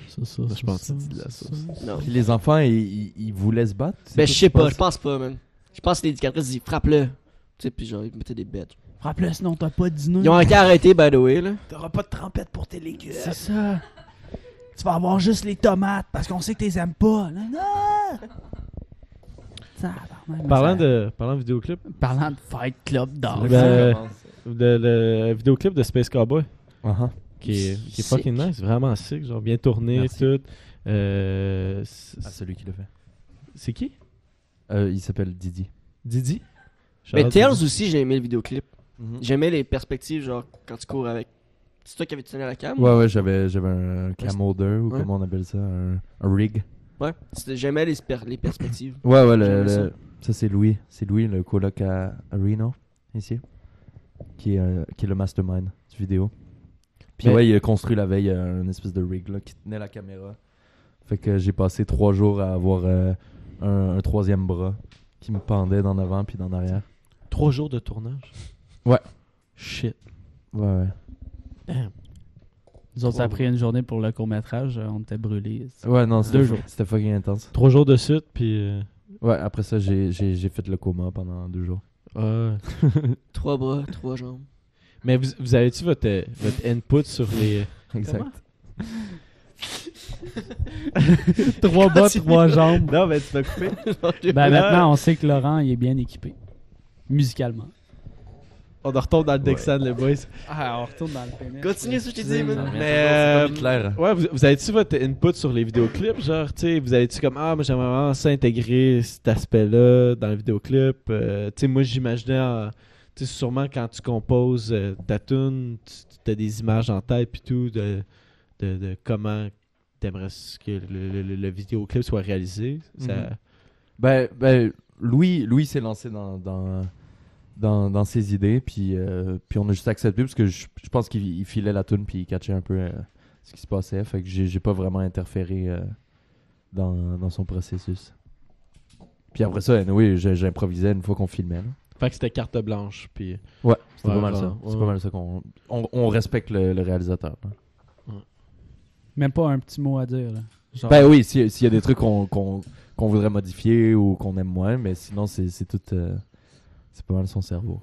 Ça, ça, Je ça, pense que ça, tu dis de la ça, sauce. ça. Non. Puis les enfants, ils, ils, ils voulaient se battre. c'est Ben, ça je qui sais se pas, passe? je pense pas, man. Je pense que l'éducatrice dit frappe-le. Tu sais, puis genre, ils mettaient des bêtes. Rappelez, sinon t'as pas de dîner. Ils ont été arrêtés, by the way, là. T'auras pas de trempette pour tes légumes. C'est ça. Tu vas avoir juste les tomates parce qu'on sait que t'es aimes pas. Non, non. Tabarnak, mais Parlant ça- de, parlant de vidéoclip, Parlant de Fight Club d'or. Bah, Ben, euh, hein. commence. de, le vidéoclip de Space Cowboy Uh-huh. qui est, qui est Sick. fucking nice, vraiment sick, genre bien tourné, Merci. tout. Euh, c'est- Ah, celui qui le fait. c'est qui Euh, il s'appelle Didi. Didi Mais Shout-out Tails Didi. aussi, j'ai aimé le vidéoclip. Mm-hmm. J'aimais les perspectives, genre, quand tu cours avec. C'est toi qui avais tenu la cam Ouais, ouais, j'avais, j'avais un camolder, ou Ouais. comment on appelle ça, un, un rig. Ouais. C'était- J'aimais les, per- les perspectives. Ouais, ouais, le, J'aimais ça. le- ça c'est Louis. C'est Louis, le coloc à, à Reno, ici, qui est, euh, qui est le mastermind du vidéo. Puis Mais- ouais, il a construit la veille euh, une espèce de rig là, qui tenait la caméra. Fait que j'ai passé trois jours à avoir euh, un, un troisième bras qui me pendait d'en avant puis d'en arrière. Trois jours de tournage. Ouais. Shit. Ouais, ouais. Nous autres, ça a pris une journée pour le court-métrage. euh, On était brûlés. Ouais, non, c'était, Deux jours. c'était fucking intense. Trois jours de suite, puis. euh, Ouais, après ça, j'ai, j'ai, j'ai fait le coma pendant deux jours. euh, ouais. Trois bras, trois jambes. Mais vous, vous avez-tu votre, euh, votre input sur les. Exact. trois bas, trois jambes. non, mais tu vas couper. Ben maintenant, on sait que Laurent, il est bien équipé. Musicalement. On retourne dans le Dexan, les boys. Ah, on retourne dans le pénis. Continue ce que je t'ai dit, man. Mais. euh, Claire. Ouais, vous, vous avez-tu votre input sur les vidéoclips? Genre, tu sais, vous avez-tu comme, ah, moi j'aimerais vraiment ça intégrer cet aspect-là dans les vidéoclips? Euh, tu sais, moi j'imaginais, en- tu sais, sûrement quand tu composes euh, ta tune, tu as des images en tête puis tout de, de, de comment t'aimerais ce que le, le- le- le vidéoclip soit réalisé. Ça- Mhm. Ben, ben, Louis, Louis s'est lancé dans, dans, dans, dans ses idées, puis, euh, puis on a juste accepté parce que je, je pense qu'il il filait la toune puis il catchait un peu euh, ce qui se passait. Fait que j'ai j'ai pas vraiment interféré euh, dans, dans son processus. Puis après ça, oui, j'improvisais une fois qu'on filmait. là. Fait que c'était carte blanche. Puis... Ouais, c'était Ouais, pas mal ouais, ça. C'est ouais. pas mal ça qu'on on, on respecte le, le réalisateur. là. Même pas un petit mot à dire. là. Genre, Ben oui, si- s'il y a des trucs qu'on qu'on- qu'on voudrait modifier ou qu'on aime moins, mais sinon c'est c'est tout. euh, c'est pas mal son cerveau.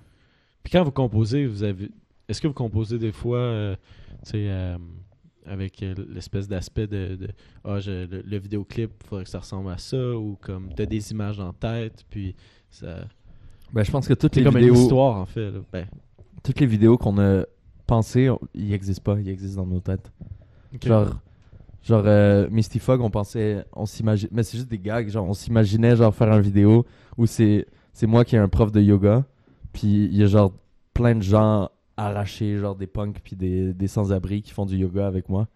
Puis quand vous composez, vous avez. Est-ce que vous composez des fois, euh, tu sais, euh, avec euh, l'espèce d'aspect de, de ah, je- le, le vidéoclip, faudrait que ça ressemble à ça, ou comme t'as des images en tête, puis ça. Ben, je pense que toutes C'est les comme une vidéos, histoire en fait. là. Ben, toutes les vidéos qu'on a pensées, on- ils existent pas, ils existent dans nos têtes. Genre, genre euh, Misty Fog, on pensait, on s'imagine, mais c'est juste des gags. Genre, on s'imaginait genre faire une vidéo où c'est, c'est moi qui ai un prof de yoga, puis il y a genre plein de gens arrachés, genre des punks puis des, des sans-abri qui font du yoga avec moi.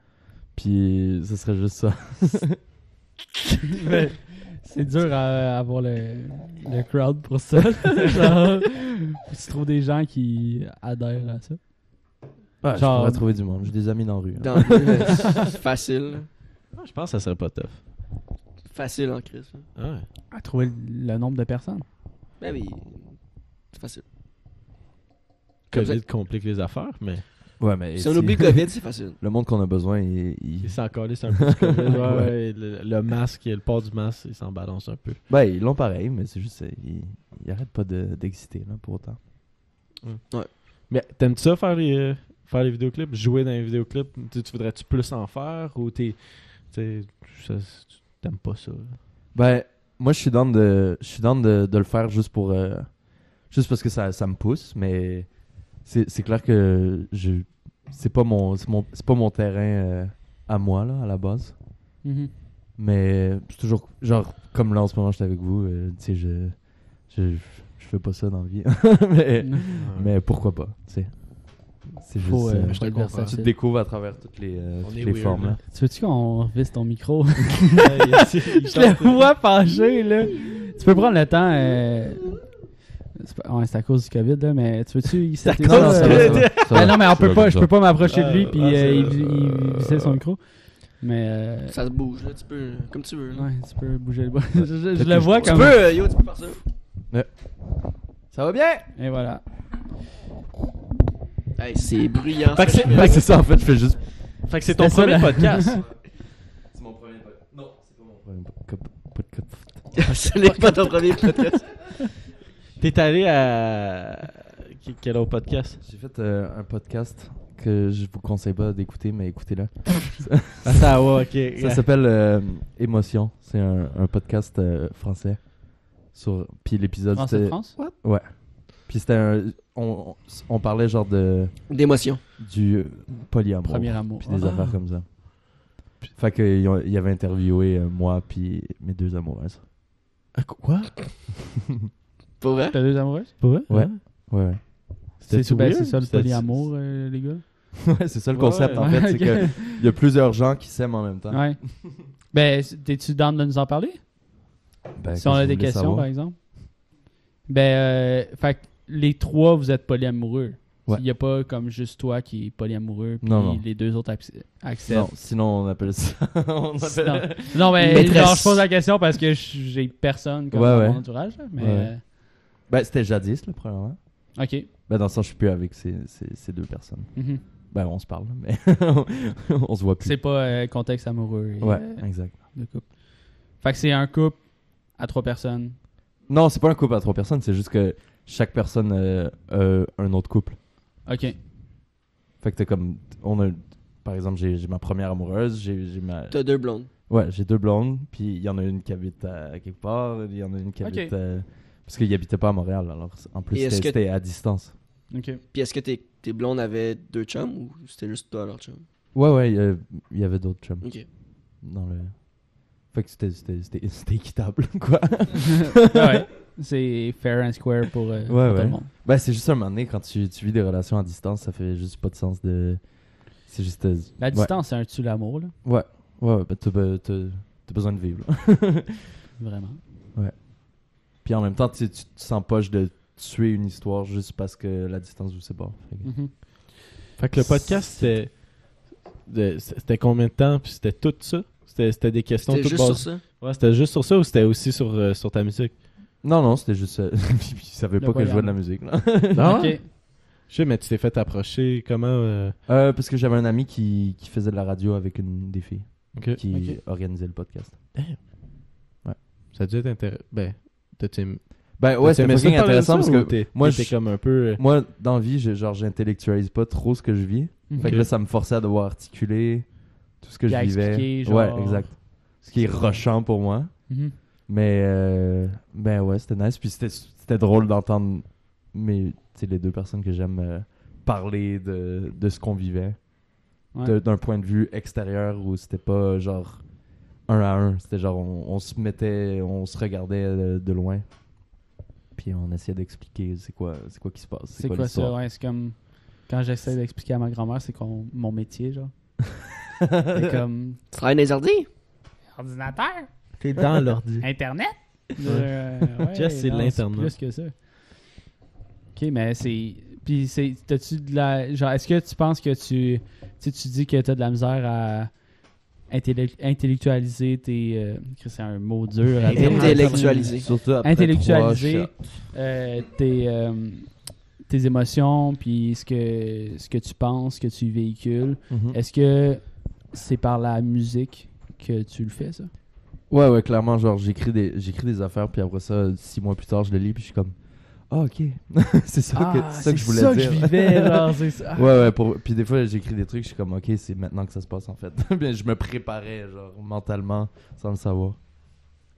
Puis ce serait juste ça. Mais c'est dur à à avoir le, le crowd pour ça. Genre, faut que tu trouves des gens qui adhèrent à ça. Ouais, Genre- je pourrais trouver du monde. J'ai des amis dans la rue. hein. euh, Dans c'est facile. Ah, je pense que ça serait pas tough. Facile en crise. là. Ah ouais. À trouver le nombre de personnes. Ben oui. C'est facile. Comme COVID complique les affaires, mais Ouais, mais Si c'est- on oublie le COVID, c'est facile. le monde qu'on a besoin, il- il- il s'en calisse un peu. du COVID. Ouais, ouais, le, le masque, le port du masque, il s'en balance un peu. Ben, ils l'ont pareil, mais c'est juste. euh, Ils, ils arrêtent pas de- d'exister, là, pour autant. Mais t'aimes-tu ça faire les, euh, faire les vidéoclips, jouer dans les vidéoclips Tu, tu voudrais-tu plus en faire ou t'es. t'sais, ça- tu- T'aimes pas ça là? Ben, moi, je suis down de, je suis down de, de le faire juste pour. euh, juste parce que ça, ça me pousse, mais c'est c'est clair que je. C'est pas mon, c'est mon, c'est pas mon terrain euh, à moi, là, à la base. Mm-hmm. Mais c'est toujours. Genre, comme là, en ce moment, j'étais avec vous, euh, tu sais, je, je. Je fais pas ça dans la vie. mais, mais pourquoi pas, tu sais. C'est juste. Faut, euh, euh, je te être comprends. tu te versatile. découvres à travers toutes les, euh, On toutes est les weird, formes, là. là. Tu veux-tu qu'on visse ton micro? Ouais, euh, il- il- il Je le tente- vois pencher, là. Tu peux prendre le temps. euh, C'est pas- ouais, c'est à cause du COVID, là, mais tu veux-tu. C'est à Non, non, ça va, ça va, ça va. Ah, non, mais on peut va pas, comme je ça. peux pas m'approcher de lui, Ah, puis ah, euh, c'est- il, vi- il vissait son micro. Mais. euh, Ça se bouge, là, tu peux. euh, Comme tu veux. là. Ouais, tu peux bouger le bras. je je- je Peut-être le que vois Tu comme. peux, euh, yo, tu peux faire ça. Ça va bien? Et voilà. Hey, c'est bruyant. Fait que c'est fait que c'est ça, en fait, je fais juste. Fait que c'est ton C'était ça, premier là. podcast. C'est mon premier podcast. Non, c'est pas mon premier podcast. Ce n'est pas ton premier podcast. T'es allé à. que- Quel autre podcast J'ai fait euh, un podcast que je vous conseille pas d'écouter, mais écoutez-le. Ah, ça, ouais, ok. Ça s'appelle euh, Émotion. C'est un, un podcast euh, français. Sur... Puis l'épisode, France c'était. Ah, France? Puis c'était un. On, on- on parlait genre de. D'émotion. Du polyamour. Premier amour. Puis des Ah. affaires comme ça. Fait qu'ils ont- ils avaient interviewé euh, moi, puis mes deux amoureuses. Quoi Pour vrai? T'as deux amoureuses? Pour vrai Ouais. Ouais, ouais. C'est C'était-tu ben, weird? c'est ça le C'était-tu- polyamour, euh, les gars? Ouais, c'est ça le concept Ouais, en fait. Ouais, C'est ok. que il y a plusieurs gens qui s'aiment en même temps. Ouais. ben, t'es-tu down de nous en parler? Ben, si quand on a vous des voulez questions, savoir. par exemple. Ben, euh, fait que les trois, vous êtes polyamoureux. Il Ouais. n'y a pas comme juste toi qui est polyamoureux, puis Non, non. les deux autres ac- acceptent. Non, sinon on appelle ça. on appelle- Non. Non, mais Maîtresse. genre, je pose la question parce que je- j'ai personne comme Ouais, dans ouais. mon entourage. là, Mais, Ouais. Ben, c'était jadis, là, premièrement. euh, OK. Ben, dans le sens, je suis plus avec ces, ces- ces deux personnes. Mhm. Ben, on se parle, mais on se voit plus. C'est pas euh, contexte amoureux. et, Ouais, euh, exact. de couple. Fait que c'est un couple à trois personnes. Non, c'est pas un couple à trois personnes, c'est juste que chaque personne euh, a un autre couple. OK. Fait que t'as comme. On a, par exemple, j'ai j'ai ma première amoureuse, j'ai j'ai ma. T'as deux blondes. Ouais, j'ai deux blondes, puis il y en a une qui habite à quelque part, il y en a une qui Ok. habite. euh, Parce qu'il habitait pas à Montréal, alors c- en plus, Et est-ce c'était que- c'était à distance. OK. Puis est-ce que tes, tes blondes avaient deux chums ou c'était juste toi leur chum? Ouais, ouais, il y a- il y avait d'autres chums. Ok. dans le. Fait que c'était- c'était c'était- c'était équitable, quoi. ouais. C'est fair and square pour, euh, pour tout ouais. le monde. ben, c'est juste un moment donné, quand tu, tu vis des relations à distance, ça fait juste pas de sens de. C'est juste. euh, La ouais. distance, c'est un tu l'amour, là. Ouais, ouais, ouais, ben, t'as be- t'as t'as besoin de vivre. là. Vraiment. Puis en même temps, tu tu- tu s'empoches de tuer une histoire juste parce que la distance vous sépare. Fait que- Mhm. Fait que le podcast, c'était. de- C'était combien de temps? Puis c'était tout ça? C'était c'était des questions C'était toutes juste basées- sur ça? Ouais, c'était juste sur ça ou c'était aussi sur, euh, sur ta musique? Non, non, c'était juste. euh, puis, puis ils savaient Le pas que je jouais de voyage. la musique, là. Non? OK. Je sais, mais tu t'es fait approcher comment? euh, Euh, parce que j'avais un ami qui, qui faisait de la radio avec une des filles Ok. qui Ok. organisait le podcast. Ça a dû être intéressant. Ben, t'as-tu aimé- Ben, t'as-tu ouais, c'était aimé ça parler fucking de intéressant ça parce ou que t'es- moi, t'étais je- comme un peu. euh, Mhm. moi, dans la vie, je- genre, j'intellectualise pas trop ce que je vis. Fait Ok. que là, ça me forçait à devoir articuler. tout ce que Puis je à vivais. expliquer, genre- Ouais, exact. Ce qui est rushant pour moi. Mhm. Mais euh, ben ouais, c'était nice. Puis c'était- c'était drôle d'entendre mes, tu sais, les deux personnes que j'aime euh, parler de, de ce qu'on vivait. Ouais. De- D'un point de vue extérieur où c'était pas genre un à un. C'était genre on, on se mettait, on se regardait euh, de loin. Puis on essayait d'expliquer c'est quoi, c'est quoi qui se passe. C'est quoi ça? l'histoire. Ouais, c'est comme quand j'essaie d'expliquer à ma grand-mère, c'est qu'on- mon métier, genre. c'est comme Tu travailles dans les ordi? ordinateur, T'es dans l'ordi. Internet. Euh, ouais, Jess, c'est de non, l'Internet. Plus que ça. Ok, mais c'est. Puis, c'est. T'as-tu de la. Genre, est-ce que tu penses que tu. Tu sais, tu dis que t'as de la misère à intellec- intellectualiser tes. euh, Chris, c'est un mot dur à dire. Intellectualiser. Surtout après intellectualiser trois euh, tes, euh, tes émotions, puis ce que, ce que tu penses, ce que tu véhicules. shots. Mhm. Est-ce que c'est par la musique que tu le fais, ça? Ouais, ouais, clairement, genre, j'écris des, j'écris des affaires, puis après ça, six mois plus tard, je le lis, puis je suis comme, ah, ok, c'est ça, que, c'est ça que je voulais Ah, ça dire. que je vivais, genre, c'est ça. Ah, ouais, ouais, pour... puis des fois, j'écris des trucs, je suis comme, ok, c'est maintenant que ça se passe, en fait. Puis je me préparais, genre, mentalement, sans le savoir.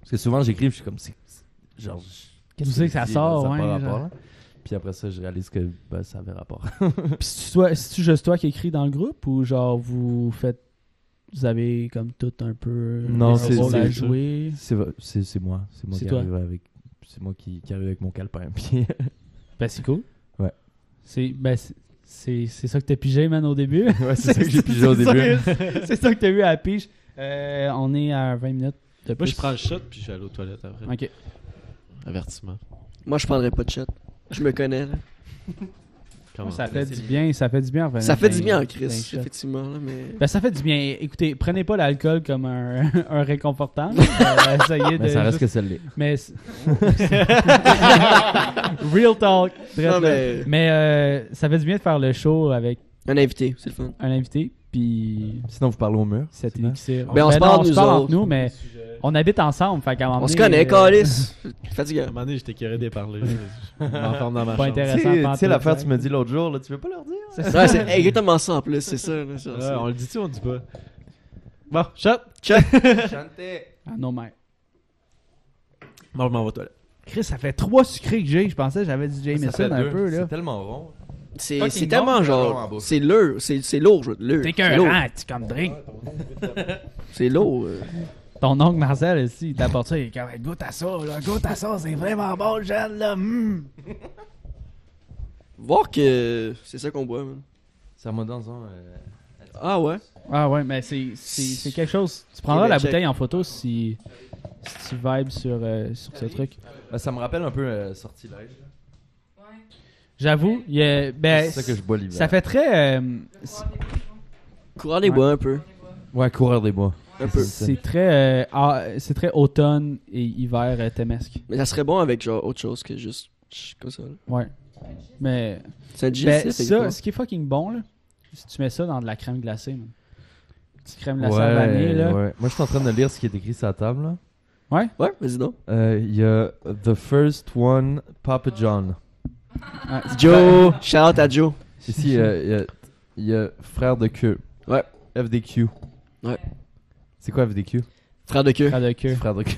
Parce que souvent, j'écris, puis je suis comme, c'est, c'est- genre, je- Tu sais que ça je dis, sort, ça a ouais, pas genre. rapport, là. Puis après ça, je réalise que ben, ça avait rapport. Puis c'est-tu toi- c'est-tu juste toi qui écris dans le groupe, ou genre, vous faites... Vous avez comme tout un peu Non, un c'est- rôle à c'est- jouer. c'est, c'est, c'est moi, c'est moi C'est qui toi. arrive avec, c'est moi qui, qui arrive avec mon calepin. Puis Ben, c'est cool. Ouais. C'est ben, c'est- c'est c'est ça que t'as pigé, man, au début. ouais, c'est ça que j'ai pigé au C'est ça début. que- C'est ça que t'as eu à la pige. Euh, on est à 20 minutes. De Moi, je plus. prends Ah, le shot, puis je vais aller aux toilettes après. Ok. Avertissement. Moi, je prendrais pas de shot. Je me connais. là. Comment? Ça fait du bien, ça fait du bien. en revenant Ça fait d'un- du bien en d'un Chris, shot. effectivement. Là, mais... Ben, ça fait du bien. Écoutez, prenez pas l'alcool comme un, un réconfortant. mais, euh, essayez de Mais ça reste juste- que ça l'est. Mais c'est- Real talk. Très bien. Non, mais- Mais euh, ça fait du bien de faire le show avec Un invité, c'est le fun. un invité. Puis Sinon, vous parlez au mur. cet c'est bien. élixir. Ben, on se non, parle, on se nous parle autres. entre nous, mais on habite ensemble. Fait qu'à un moment On se donné, connaît, euh, Calis. À un Fatiguant. moment donné, j'étais curé d'y parler. Je m'enferme dans ma Pas chambre. Tu intéressant. sais, pas en tu sais, l'affaire, tout, tu me dis l'autre jour, là, tu veux pas leur dire Ouais, c'est exactement ça en plus, c'est ça. là, genre, Ouais, c'est- on le dit-tu, on le dit pas? Bon, shot! Ah non, mais. Bon, je m'en vais aux toilettes. Chris, ça fait trois sucrés que j'ai. Je pensais que j'avais du Jameson un peu, là. tellement rond. C'est Fucking c'est tellement bon, genre. ballon en bouche. C'est lourd, c'est c'est lourd, je veux dire, lourd. T'es C'est qu'un lourd. rang, tu comme drink. C'est lourd. euh. Ton oncle Marcel, aussi, il t'apporte ça. Il est comme, Hey, goûte à ça. Ça, là, goûte à ça, c'est vraiment bon, jeune, là. hmm. Voir que c'est ça qu'on boit, man. Ça m'a dans un. euh, Ah ouais? Ah ouais, mais c'est- c'est c'est quelque chose. Tu prendras Ok, la check. bouteille en photo si, si tu vibes sur, euh, sur ce truc. ben, ça me rappelle un peu euh, Sortilège. J'avoue, il y a- ben, c'est ça que je bois l'hiver. ça fait très. euh, c'est- Courant des bois un peu. Ouais, coureur des bois. Un peu. c'est très, euh, ah, c'est très automne et hiver euh, temesque. Mais ça serait bon avec genre autre chose que juste. chut, Comme ça. là. Ouais. Mais C'est un Ben, digestif, ça, exactement. ce qui est fucking bon, là, si tu mets ça dans de la crème glacée, man. Petite crème Ouais, glacée à la vanille, là. ouais. Moi, je suis en train de lire ce qui est écrit sur la table. là. Ouais, vas-y donc. Euh, Il y a The First One, Papa John. Ah, c'est- Joe! Shout out à Joe. Ici, euh, il y a- il y, a Frère de Q. Ouais. FDQ. Ouais. C'est quoi FDQ Frère de queue. Frère de queue. Frère de Q.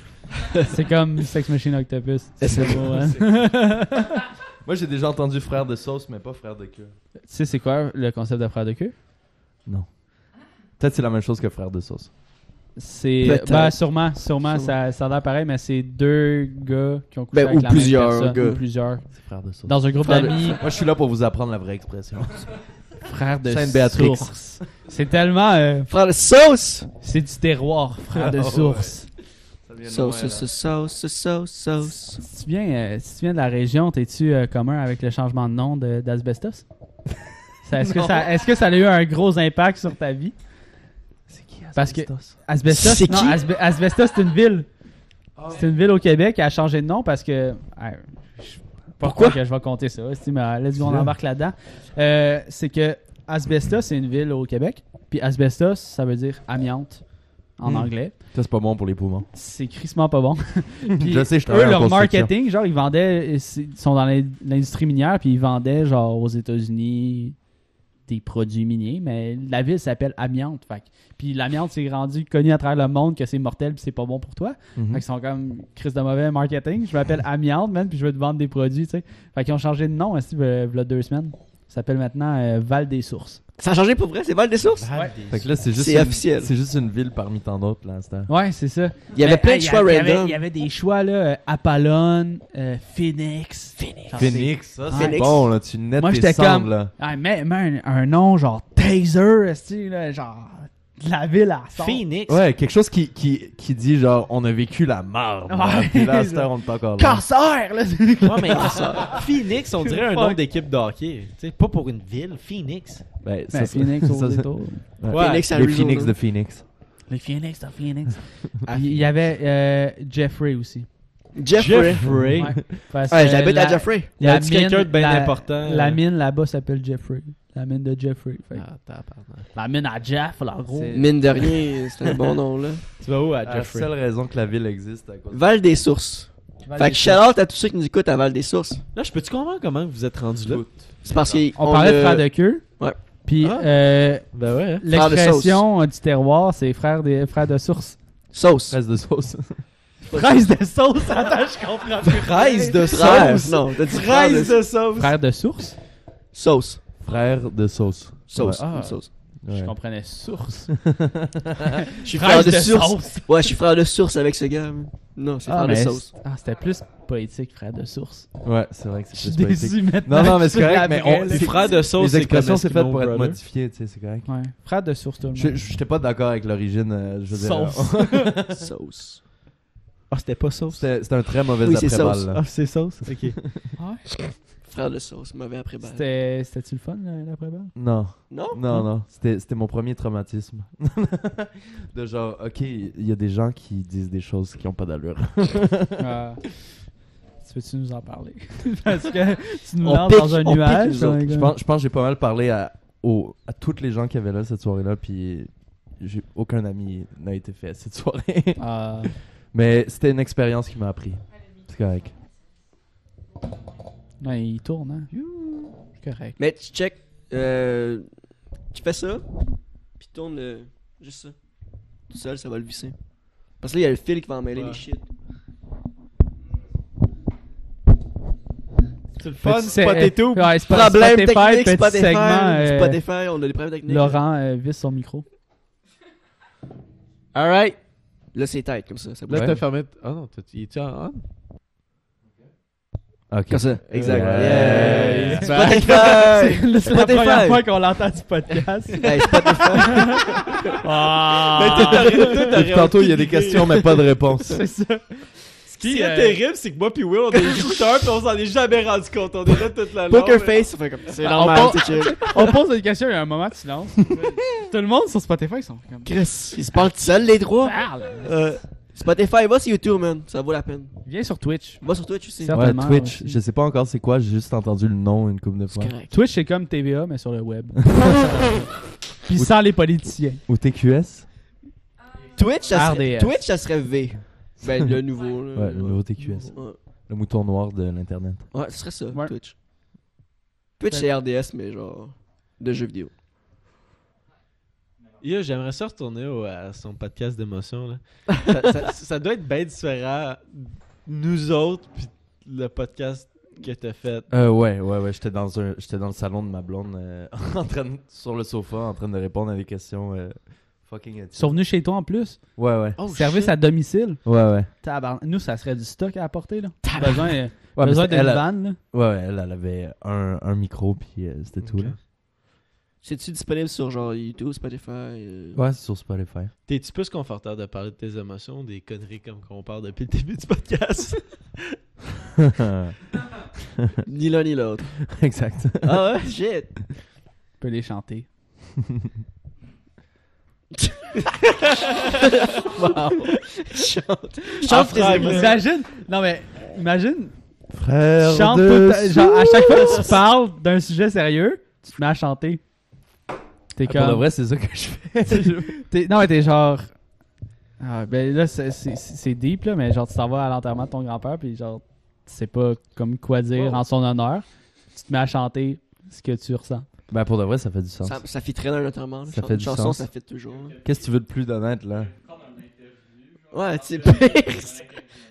C'est comme Sex Machine Octopus. C'est beau, hein? Moi, j'ai déjà entendu Frère de Sauce, mais pas Frère de Q. Tu sais, c'est quoi le concept de frère de queue? Peut-être c'est la même chose que Frère de Sauce. C'est. Peut-être. Ben, sûrement, sûrement, Sûrement. ça, ça a l'air pareil, mais c'est deux gars qui ont couché Ben, avec ou la même plusieurs personne, gars. ou plusieurs. C'est Frère de Sauce. Dans un groupe Frère de- d'amis, Moi, je suis là pour vous apprendre la vraie expression. frère de Sainte Béatrix. source. C'est tellement. euh, Frère de sauce! c'est du terroir, frère de source. Sauce, sauce, sauce, sauce, sauce. Si tu viens, euh, si tu viens de la région, t'es-tu euh, commun avec le changement de nom de- d'Asbestos? Ça- Est-ce que, ça- est-ce que ça a eu un gros impact sur ta vie? C'est qui Parce que- Asbestos, C'est non, qui? Asbe- Asbestos, c'est une ville. C'est une ville au Québec qui a changé de nom parce que. Ah, je sais pas Pourquoi? pourquoi que je vais compter ça. c'est- mais Let's go, on Dis-le. embarque là-dedans. Euh, c'est que Asbestos, c'est une ville au Québec. Puis Asbestos, ça veut dire amiante en Hmm. anglais. Ça, c'est pas bon pour les poumons. C'est crissement pas bon. Puis Je sais, je travaille eux, en leur construction. marketing, genre, ils vendaient, ils sont dans l'in- l'industrie minière, puis ils vendaient, genre, aux États-Unis, des produits miniers, mais la ville s'appelle Amiante. Fait. que- Puis l'amiante s'est rendu connu à travers le monde que c'est mortel puis c'est pas bon pour toi. Mhm. Fait qu'ils sont comme crise de mauvais marketing. Je m'appelle Amiante, man, puis je veux te vendre des produits, tu sais. Fait qu'ils ont changé de nom, euh, aussi, v'là deux semaines. Ça s'appelle maintenant euh, Val des Sources. Ça a changé pour vrai, c'est Val des Ben, Sources. Fait que là, c'est juste, C'est une- officiel. c'est juste une ville parmi tant d'autres, là, à ce temps. Ouais, c'est ça. Il y avait Mais, plein hey, ben, il de y choix avait- Il y, random. avait, il y avait des choix, là. euh, Apollon, euh, Phoenix. Genre, c'est- Phoenix, ça, c'est c'est Phoenix. bon, là. Tu nettes Moi, tes j'étais cendres, comme- là. Ah, mais, mais un, un nom genre Taser, esti, là, genre de la ville à sort. Phoenix. Ouais, quelque chose qui, qui, qui dit, genre, on a vécu la merde. là. Ouais. Puis là, à cette heure, on est encore là. Cancer, là. Ouais, mais Phoenix, on dirait un Fuck. nom d'équipe de hockey. Tu sais, pas pour une ville, Phoenix. Ben, ça, Mais c'est- Phoenix au ça, c'est- détour. Ouais. Phoenix, Les Arizona. Phoenix de Phoenix. Le Phoenix, le Phoenix. Ah, Il il y avait euh, Jeffrey aussi. Jeffrey. Jeffrey. Ouais. Parce Ouais, que j'habite la- à Jeffrey. Il y a la quelqu'un de mine- bien la- important. La mine là-bas s'appelle Jeffrey. La mine de Jeffrey. Fait que- Ah, tabarnak. La mine à Jeff, là, en gros. C'est- Mine de rien, c'est un bon nom là. Tu vas où à La Jeffrey seule raison que la ville existe, à cause de- Val des Sources. Fait que shout out à tous ceux qui nous écoutent à Val des Sources. Là, je peux-tu comprendre comment vous êtes rendu là C'est parce qu'on On, parlait de a- frère de queue. Ouais. Puis Ah. euh, Ben ouais. hein. Frère de sauce. l'expression euh, du terroir, c'est frère, des, frère de source. Sauce. Reste de sauce. Fraise de sauce, Fraise de Frère. sauce. Non, t'as dit frère Fraise de... de sauce. Frère de source. Sauce. Frère de sauce. Sauce. Ouais. Ah. Sauce. Ouais. Je comprenais source. Je suis frère de source. source. Ouais, je suis frère de source avec ce gars. man. Non, c'est Ah, frère de mais sauce. c'est- ah, c'était plus poétique, frère de source. Ouais, c'est vrai que Je suis c'est plus poétique. déçu maintenant. Non, non, mais c'est Je suis correct, mais navré, on- là. c'est- Frère de sauce, Les c'est comme expressions, c'est fait Eskimo pour être Brother. modifiées, tu sais, c'est correct. Ouais. Frère de source, tout le Je monde. j'étais pas d'accord avec l'origine, euh, je veux dire. Sauce. euh, Sauce. Ah, c'était pas sauce. C'était c'était un très mauvais Oui, c'est après-balle. sauce. là. Ah, c'est sauce. Ok. Frère de sauce, mauvais après-balle. C'était- C'était-tu le fun, là, l'après-balle? Non, Non? non, non. C'était c'était mon premier traumatisme. de genre, ok, il y a des gens qui disent des choses qui ont pas d'allure. Ah. Tu veux-tu nous en parler? Parce que tu nous On lances pique- dans un on pique nuage. nous autres. on est je comme- pense, je pense que j'ai pas mal parlé à, aux- à toutes les gens qui avaient là cette soirée-là, puis j'ai aucun ami n'a été fait à cette soirée. Ah. Mais c'était une expérience qui m'a appris. C'est correct. Non, il tourne, hein? C'est Correct. Mais tu check. Euh, tu fais ça, puis tourne le- juste ça. Tout seul, ça va le visser. Parce que là, il y a le fil qui va emmêler les shit. C'est le fun, Fait que c'est- potato. Ouais, c'est pas- Problème Spotify, technique, petit Spotify, segment, euh, Spotify, on a des problèmes techniques. Laurent euh, visse son micro. Alright. Là, c'est tête comme ça. ça Là, bouge. t'as fermé. Ah non, t'as- il est en on? Ok. Comme ça, exact. Yeah. Yeah. Spotify! C'est la Spotify. première fois qu'on l'entend du podcast. Ah. Hey, Spotify. Depuis tantôt, il y a des questions, mais pas de réponse. C'est ça. Ce qui est euh, terrible, c'est que moi puis Will, on est écouteurs pis on s'en est jamais rendu compte. On est là toute la longue. Poker face, ça fait comme C'est On normal, part- c'est chill. On pose une question, il y a un moment de silence. Tout le monde sur Spotify, ils sont comme. Chris, ils se parlent tout seuls, les trois. Parle! Euh, Spotify, va sur YouTube, man. Ça vaut la peine. Viens sur Twitch. Va sur Twitch aussi. C'est Ouais, Certainement, Twitch, aussi. je sais pas encore c'est quoi, j'ai juste entendu le nom une couple de fois. correct. Twitch, c'est comme TVA, mais sur le web. Puis sans les politiciens. Ou TQS Twitch, ça serait, RDS. Twitch, ça serait V. Ben, le nouveau. Là, Ouais, le nouveau TQS. Ouais. Le mouton noir de l'internet. Ouais, ce serait ça, Ouais. Twitch. Twitch, c'est RDS, mais genre de jeux vidéo. Yo, j'aimerais ça retourner au- à son podcast d'émotion. là. ça, ça- ça doit être bien différent, nous autres, puis le podcast que t'as fait. Euh, ouais, ouais, ouais, j'étais dans, un, j'étais dans le salon de ma blonde, euh, en train de- sur le sofa, en train de répondre à des questions euh, fucking Ils sont venus chez toi en plus. Ouais, ouais. Oh, Service shit. à domicile. Ouais, ouais. Tabarn- Nous, ça serait du stock à apporter, là. Besoin, euh, Ouais, mais besoin c'est- d'une elle, a- vanne, là. ouais, ouais, elle, elle avait un, un micro, puis euh, c'était tout, Ok. là. C'est-tu disponible sur genre YouTube, Spotify euh, Ouais, c'est sur Spotify. T'es-tu plus confortable de parler de tes émotions, des conneries comme qu'on parle depuis le début du podcast? Ni l'un ni l'autre. exact. ah ouais? Shit! On peut les chanter. Wow! Chante! En Chante tes franglais. émotions. Ah, Imagine, non mais, imagine, Frère tu chantes de tout le temps- genre, à chaque fois que tu parles d'un sujet sérieux, tu te mets à chanter. T'es Ah, Pour comme. le vrai, c'est ça que je fais. T'es- non, mais t'es genre. Ah, ben là, c'est- c'est c'est deep, là, mais genre, tu t'en vas à l'enterrement de ton grand-père, puis genre, tu sais pas comme quoi dire en son honneur. Tu te mets à chanter ce que tu ressens. Ben, pour de vrai, ça fait du sens. Ça, ça fit très bien notamment. Ça fait une du chanson, sens. ça fit toujours. là. Qu'est-ce que tu veux de plus d'honnête, là Ouais, c'est pire.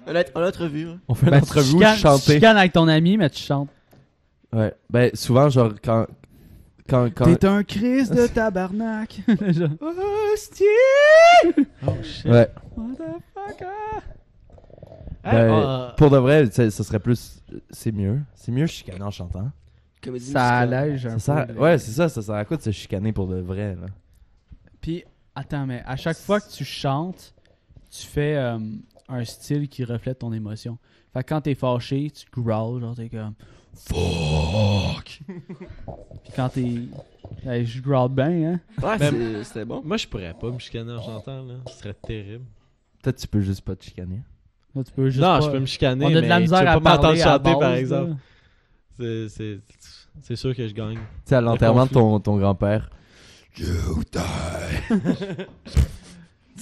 On l'a on l'a entrevu. ouais. On fait une Ben, tu entrevue où je chicanes- tu chantais. chicanes avec ton ami, mais tu chantes. Ouais. Ben, souvent, genre, quand. Quand. quand... T'es un Chris de tabarnak. Genre, Ouais. Ah, Ben, euh, Pour de vrai, tu sais, ça serait plus. C'est mieux. C'est mieux chicaner en chantant. Comédie ça musicale. allège un Ça sert- peu. le- Ouais, c'est ça, ça sert à quoi de se chicaner pour de vrai, là Puis, attends, mais à chaque fois que tu chantes, tu fais euh, un style qui reflète ton émotion. Fait que quand t'es fâché, tu growls, genre t'es comme Fuck! Puis quand t'es. Ben, je growl bien, hein? Ouais, Ben- c'est- c'était bon. Moi, je pourrais pas me chicaner en chantant, là. Ce serait terrible. Peut-être tu peux juste pas te chicaner. Là, tu peux juste. non, pas- je peux me chicaner, On a de la mais misère tu vas à pas parler m'entendre à chanter, base, par là. exemple. C'est- C'est c'est sûr que je gagne. Tu sais, à l'enterrement de conflit. ton, ton grand-père.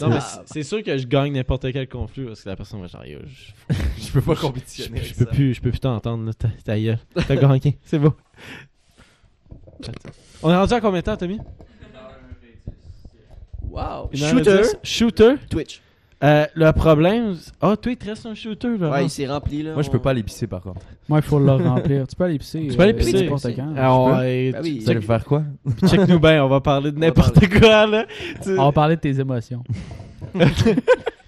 Non, mais c'est- c'est sûr que je gagne n'importe quel conflit parce que la personne va genre, Yo, je, Je peux pas je, compétitionner. je peux plus, je peux plus t'entendre, là, ta, ta gueule. T'as gagné, c'est beau. On est rendu à combien de temps, Tommy? Wow. Une heure et Shooter. dix? Shooter. Twitch. Euh, le problème. Ah, toi, il te reste un shooter, là. Ouais, il s'est rempli là. Moi, je on- peux pas aller pisser, par contre. Moi, il faut le remplir. Tu peux aller pisser. Tu peux aller euh, pisser. N'importe quand. Alors, peux? euh, Ben oui. Tu allais faire quoi check-nous bien, on va parler de On va n'importe quoi, là. Tu- On va parler de tes émotions.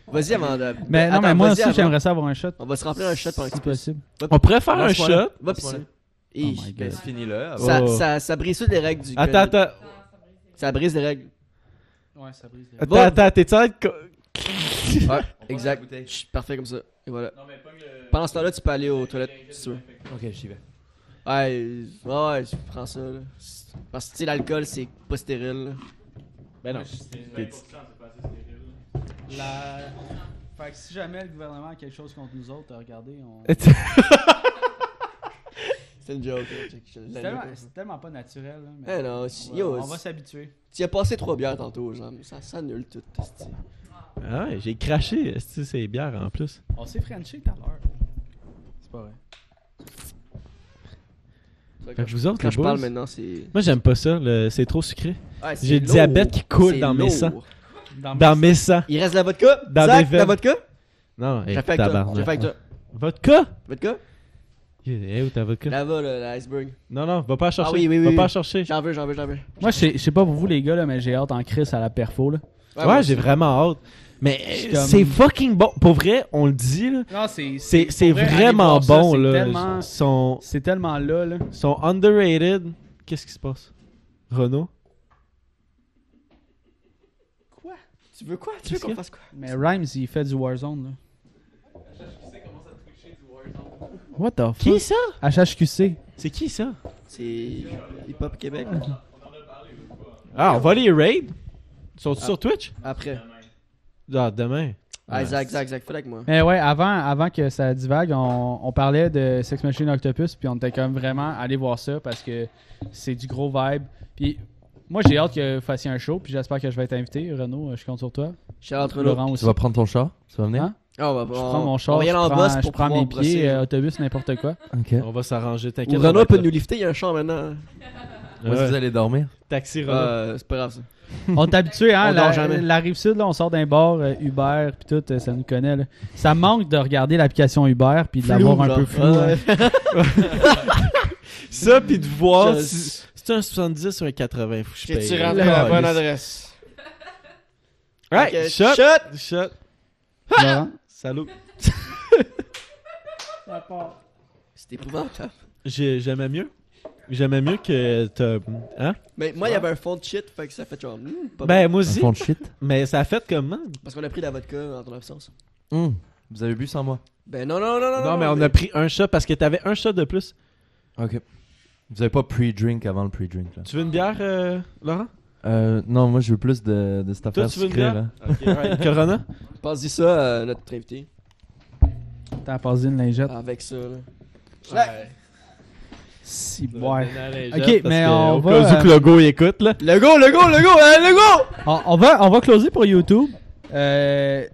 Vas-y avant de. Mais non, Attends, mais moi vas-y aussi, avant. j'aimerais ça avoir un shot. On va se remplir un shot pendant que si tu pisses. possible. On pourrait faire Ah, un Lance-moi là. shot. Va Laisse-moi pisser. Oh Hi. my Euh, god. Finis-le. avant- Ça, Oh. ça, ça brise toutes les règles du. Attends, attends. Ça brise les règles. Ouais, ça brise. Attends, Va. attends, t'es-tu en train de co- Ouais, prend la exact. bouteille. Chut, parfait comme ça. Et voilà. Pendant ce temps-là, tu peux aller aux toilettes si tu veux. Ok, j'y vais. Ouais, euh, ouais, je prends ça. Là. C'est- Parce que tu sais, l'alcool, c'est pas stérile. là. Ben non. Fait que si jamais le gouvernement a quelque chose contre nous autres, euh, regardez, on. C'est une joke. là. Check, je- je- C'est tellement, c'est tellement pas naturel. là, mais Eh non, on si- va- yo, on va si- s'habituer. tu as passé trois bières tantôt, genre, mais ça s'annule tout. esti. Ah ouais, j'ai craché esti, ces bières en plus. On s'est frenché tout à l'heure. C'est pas vrai. Ça, Fait Quand, que vous autres, quand les je parle boys, maintenant, c'est. Moi, j'aime pas ça, le- c'est trop sucré. Ouais, c'est J'ai le lourd. diabète qui coule C'est dans mes lourd. sangs. Ah, Dans Dans mes sangs. Il reste la vodka. Dans Zach, mes veines. la vodka. Non, hey, J'ai fait avec toi. J'ai fait tabarnak. avec toi. Vodka? Vodka. Eh, où ta vodka? Là-bas, là, l'iceberg. Non, non, va pas en chercher. oui, oui, va oui, pas oui. en chercher. J'en veux, j'en veux, j'en veux. Moi, je sais- je sais pas pour vous, les gars, là, mais j'ai hâte en crise à la perfo. Là. Ouais, j'ai vraiment hâte. Mais euh, comme- c'est fucking bon. Pour vrai, on le dit, là. Non, c'est. C'est c'est pour vrai, vraiment allez voir ça, bon, c'est là. tellement- Ils sont, C'est tellement là, là. sont underrated. Qu'est-ce qui se passe? Renault? Tu veux quoi Tu veux Qu'est-ce qu'il y qu'on a? fasse quoi Mais Rhymes, il fait du Warzone, là. What the fuck? Qui ça? HHQC. Hein? C'est qui ça? C'est Hip Hop Québec. Ah, on va les raid? Ils sont Ah. sur Twitch? Après. Ah, demain. Ah, Zach, Zach, Zach, fais avec moi. Mais ouais, avant, avant que ça divague, on, on parlait de Sex Machine Octopus, puis on était comme vraiment allé voir ça parce que c'est du gros vibe. Puis moi, j'ai hâte que vous fassiez un show, puis j'espère que je vais être invité. Renaud, je compte sur toi. Charles entre nous. Laurent aussi. Tu vas prendre ton char Tu vas venir Hein? Ah, on va on- Je prends mon On char, va y je aller en prends, boss je pour prends pouvoir mes pieds, brosser. euh, autobus, n'importe quoi. Ok. On va s'arranger, Ou t'inquiète. on va Renaud être peut là. nous lifter, il y a un char maintenant. Moi, Ouais. si vous allez dormir. Taxi Renault. Euh, c'est pas grave ça. On t'habitue, hein? On dort la, jamais. la rive sud, là, on sort d'un bar, euh, Uber, puis tout, euh, ça nous connaît. là. Ça manque de regarder l'application Uber, puis de l'avoir un peu flou. hein. Ça, puis de voir Je- si c'est un 70 ou un 80. Faut que je paye. rentres à Ouais, les- adresse. Right, Ok, shot, shot, Laurent? Salut. C'est épouvantable. J'ai- J'aimais mieux. J'aimais mieux que t'as. Hein? Mais moi, il y avait un fond de shit, fait que ça fait genre. hmm, pas Ben, bon. moi Un aussi. fond de shit. Mais ça a fait comment? Parce qu'on a pris de la vodka en ton absence. Hum, Vous avez bu sans moi Ben non, non, non, non. Non, mais on a pris un shot parce que t'avais un shot de plus. Ok. Vous avez pas pre-drink avant le pre-drink, là Tu veux une bière, euh, Laurent? Euh, non, moi, je veux plus de, de cette affaire tu veux une sucrée, bière? là. Corona? Passe-y ça à notre invité. T'as passé une lingette. Avec ça, là. Si, ouais. Ok, Parce mais que, on au va, cas où euh, que le go il écoute, là. Le go, le go, le go, hein, le go! On, on va, on va closer pour YouTube. Euh,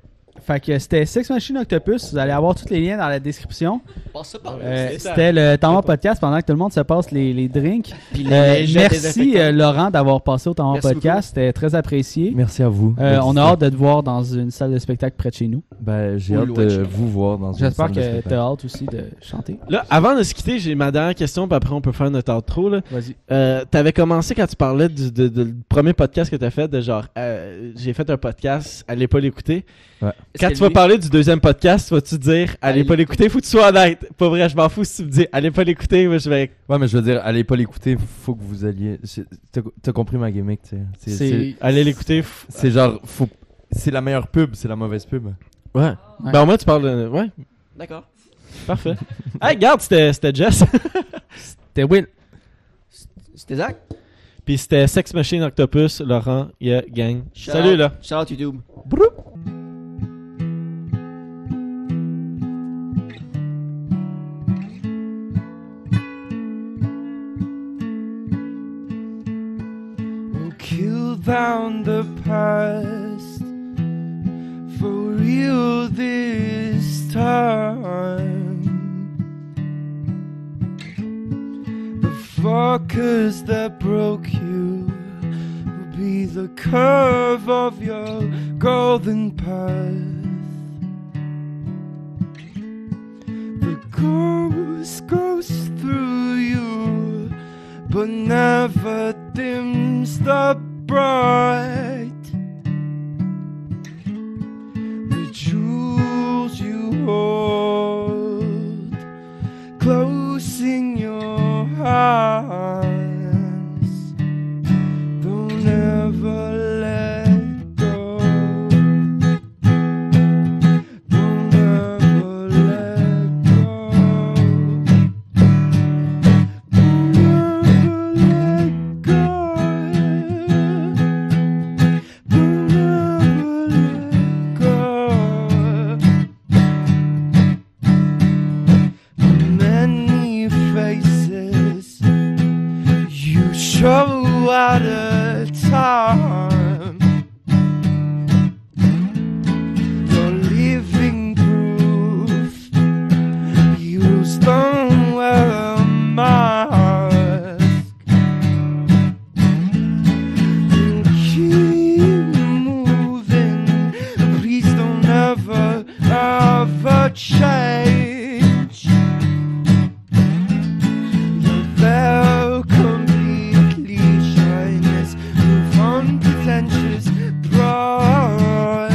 Fait que c'était Sex Machine Octopus. Vous allez avoir tous les liens dans la description. Passe ça par Euh, c'était le temps mort podcast pendant que tout le monde se passe les, les drinks. Puis Euh, les- les- merci euh, Laurent d'avoir passé au temps mort Merci podcast. C'était très apprécié. Merci à vous. Euh, on a d'exister. hâte de te voir dans une salle de spectacle près de chez nous. Ben, j'ai Ou hâte Luigi. de vous voir dans une J'espère salle de que spectacle. t'as hâte aussi de chanter. Là, avant de se quitter, j'ai ma dernière question, puis après on peut faire notre outro. Là. Vas-y. Euh, t'avais commencé quand tu parlais du de- de- du premier podcast que t'as fait, de genre, euh, j'ai fait un podcast, allez pas l'écouter. Quand tu vas parler du deuxième podcast, vas-tu dire, allez Allez pas l'écouter, faut que tu sois honnête. Pas vrai, je m'en fous si tu me dis, allez pas l'écouter, moi je vais. Ouais, mais je veux dire, allez pas l'écouter, faut que vous alliez. c'est- T'as t'as compris ma gimmick, tu sais. C'est- C'est Allez l'écouter. f- c'est genre, faut. C'est la meilleure pub, c'est la mauvaise pub. Ouais. Ben au moins tu parles de. Ouais, D'accord. parfait. hey, regarde, c'était c'était Jess. C'était Will. C'était Zach. Puis c'était Sex Machine Octopus, Laurent, yeah, gang. Shout Salut out- là. Shout out YouTube. Kill bound the past for real this time. The focus that broke you will be the curve of your golden path. The ghost goes through you but never dims the bright. The jewels you hold, close in your hands, don't ever let go. Don't ever let go. Many faces you show at a time. You're living proof you don't wear a mask. You keep moving. Please don't ever, ever change. You're there completely shyness. Move on, pretentious pride.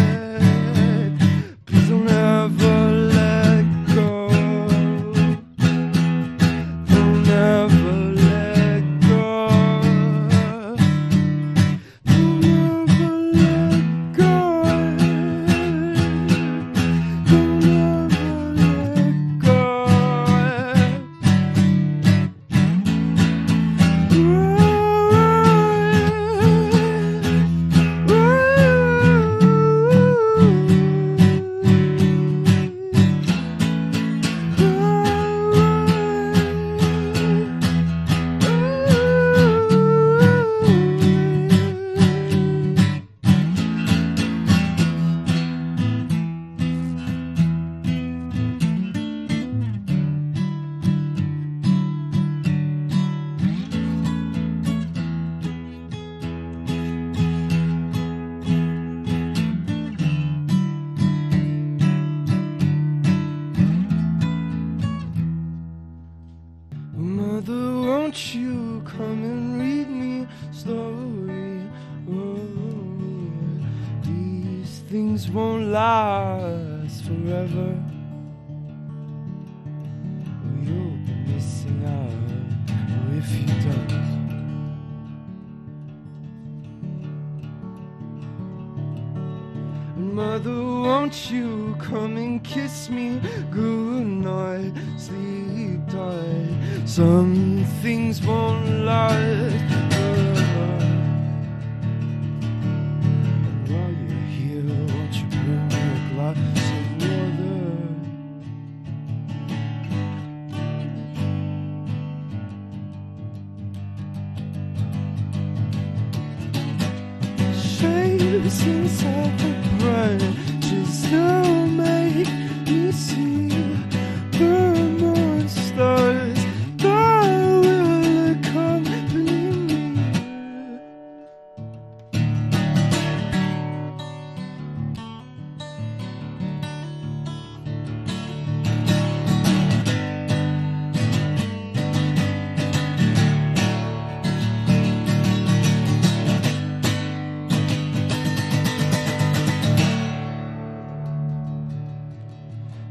Please don't ever let go. Don't ever let go. Don't ever let go. Don't ever let go. Mother, won't you come and read me a story? Oh, these things won't last forever. Oh, you'll be missing out oh, if you don't. And Mother, won't you come and kiss me goodnight, sleep tight. Some things won't last forever. And while you're here, won't you bring me a glass of water? Shapes inside the brain, just know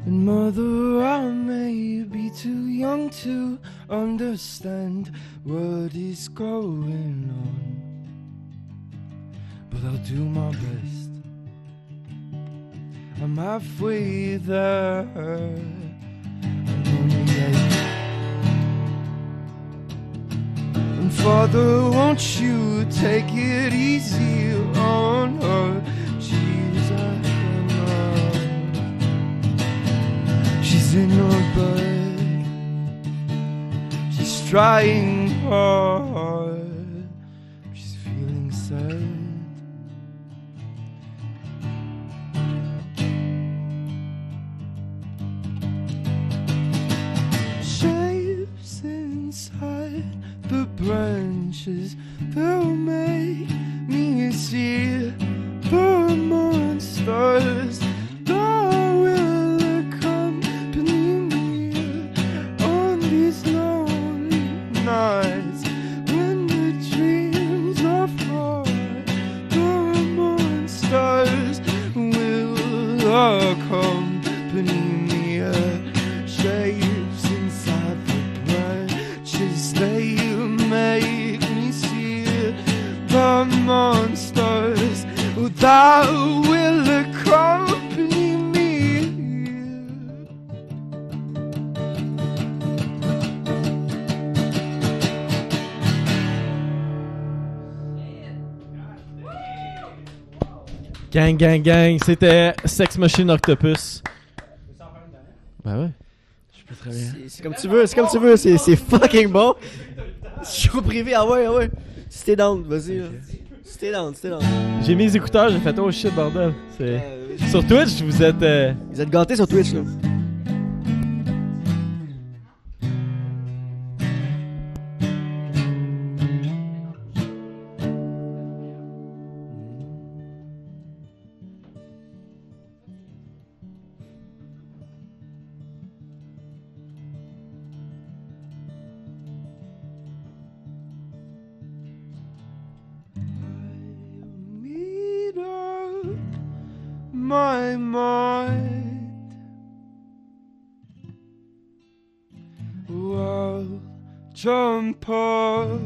And mother, I may be too young to understand what is going on. But I'll do my best. I'm halfway there. I'm only eight. And father, won't you take it easy on her? She's a hammer. She's in your bed. She's trying hard. She's feeling sad. Shapes inside the branches that make me see the monsters. that will accompany me on these lonely nights when the dreams are far. The monsters will accompany me. Shapes inside the branches they make me see the monsters that will accompany me. Gang, gang, gang, c'était Sex Machine Octopus. Ben ouais. C'est- C'est comme tu veux, c'est comme tu veux, c'est c'est fucking bon. Show privé, ah ouais, ah ouais. Si t'es down, vas-y. là. Si t'es down, si t'es down. J'ai mis les écouteurs, j'ai fait oh shit bordel. C'est... Euh, Sur Twitch, vous êtes. euh, Vous êtes gâtés sur Twitch, là. made up my mind. Well, jump off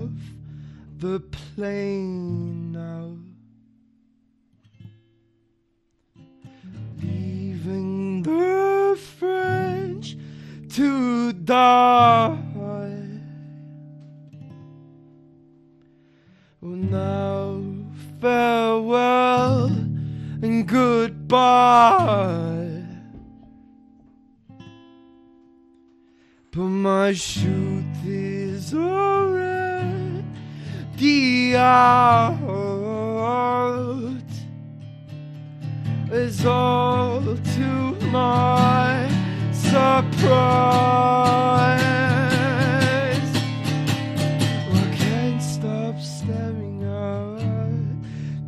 the plane now, leaving the French to die. Well, now farewell and goodbye. But my shoot is already out. It's all to my surprise. I can't stop staring out,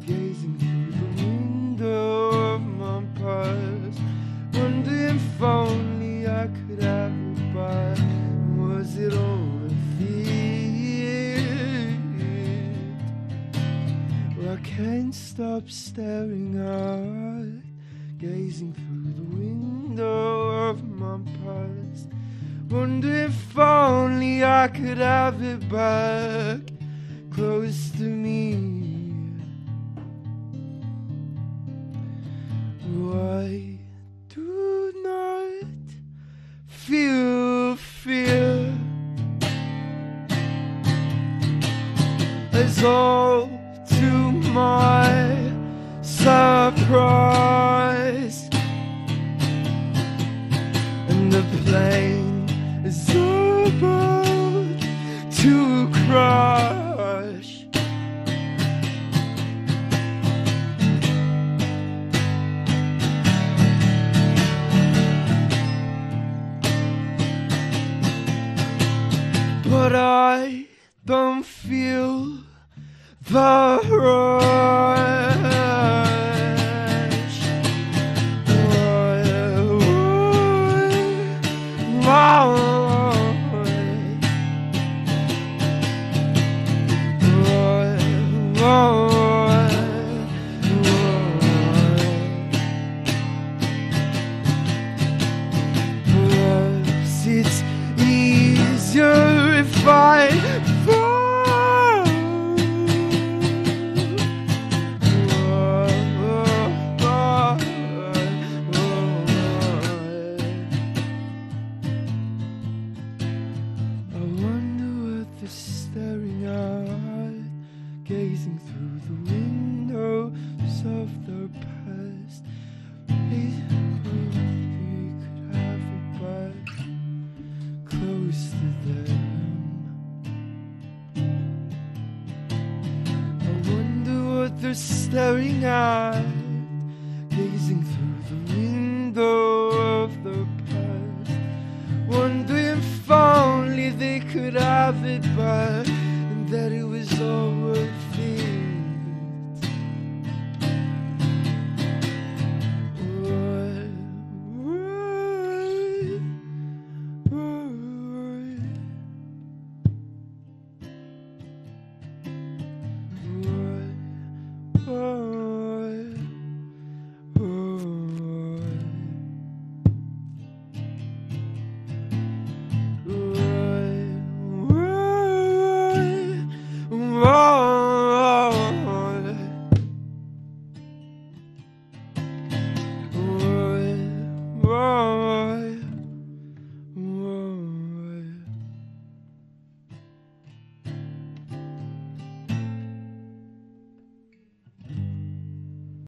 gazing through the window of my past, wondering if only I could have it back. Was it all worth it? Well, I can't stop staring out, gazing through the window of my past. Wonder if only I could have it back close to me. Why do not feel fear? It's all to my surprise and the plane is about to crash. But I don't feel the rush. gazing through the windows of the past. Please, if we could have a bite close to them. I wonder what they're staring at, gazing through the window of the past. Wondering if only they could have it, but that it was all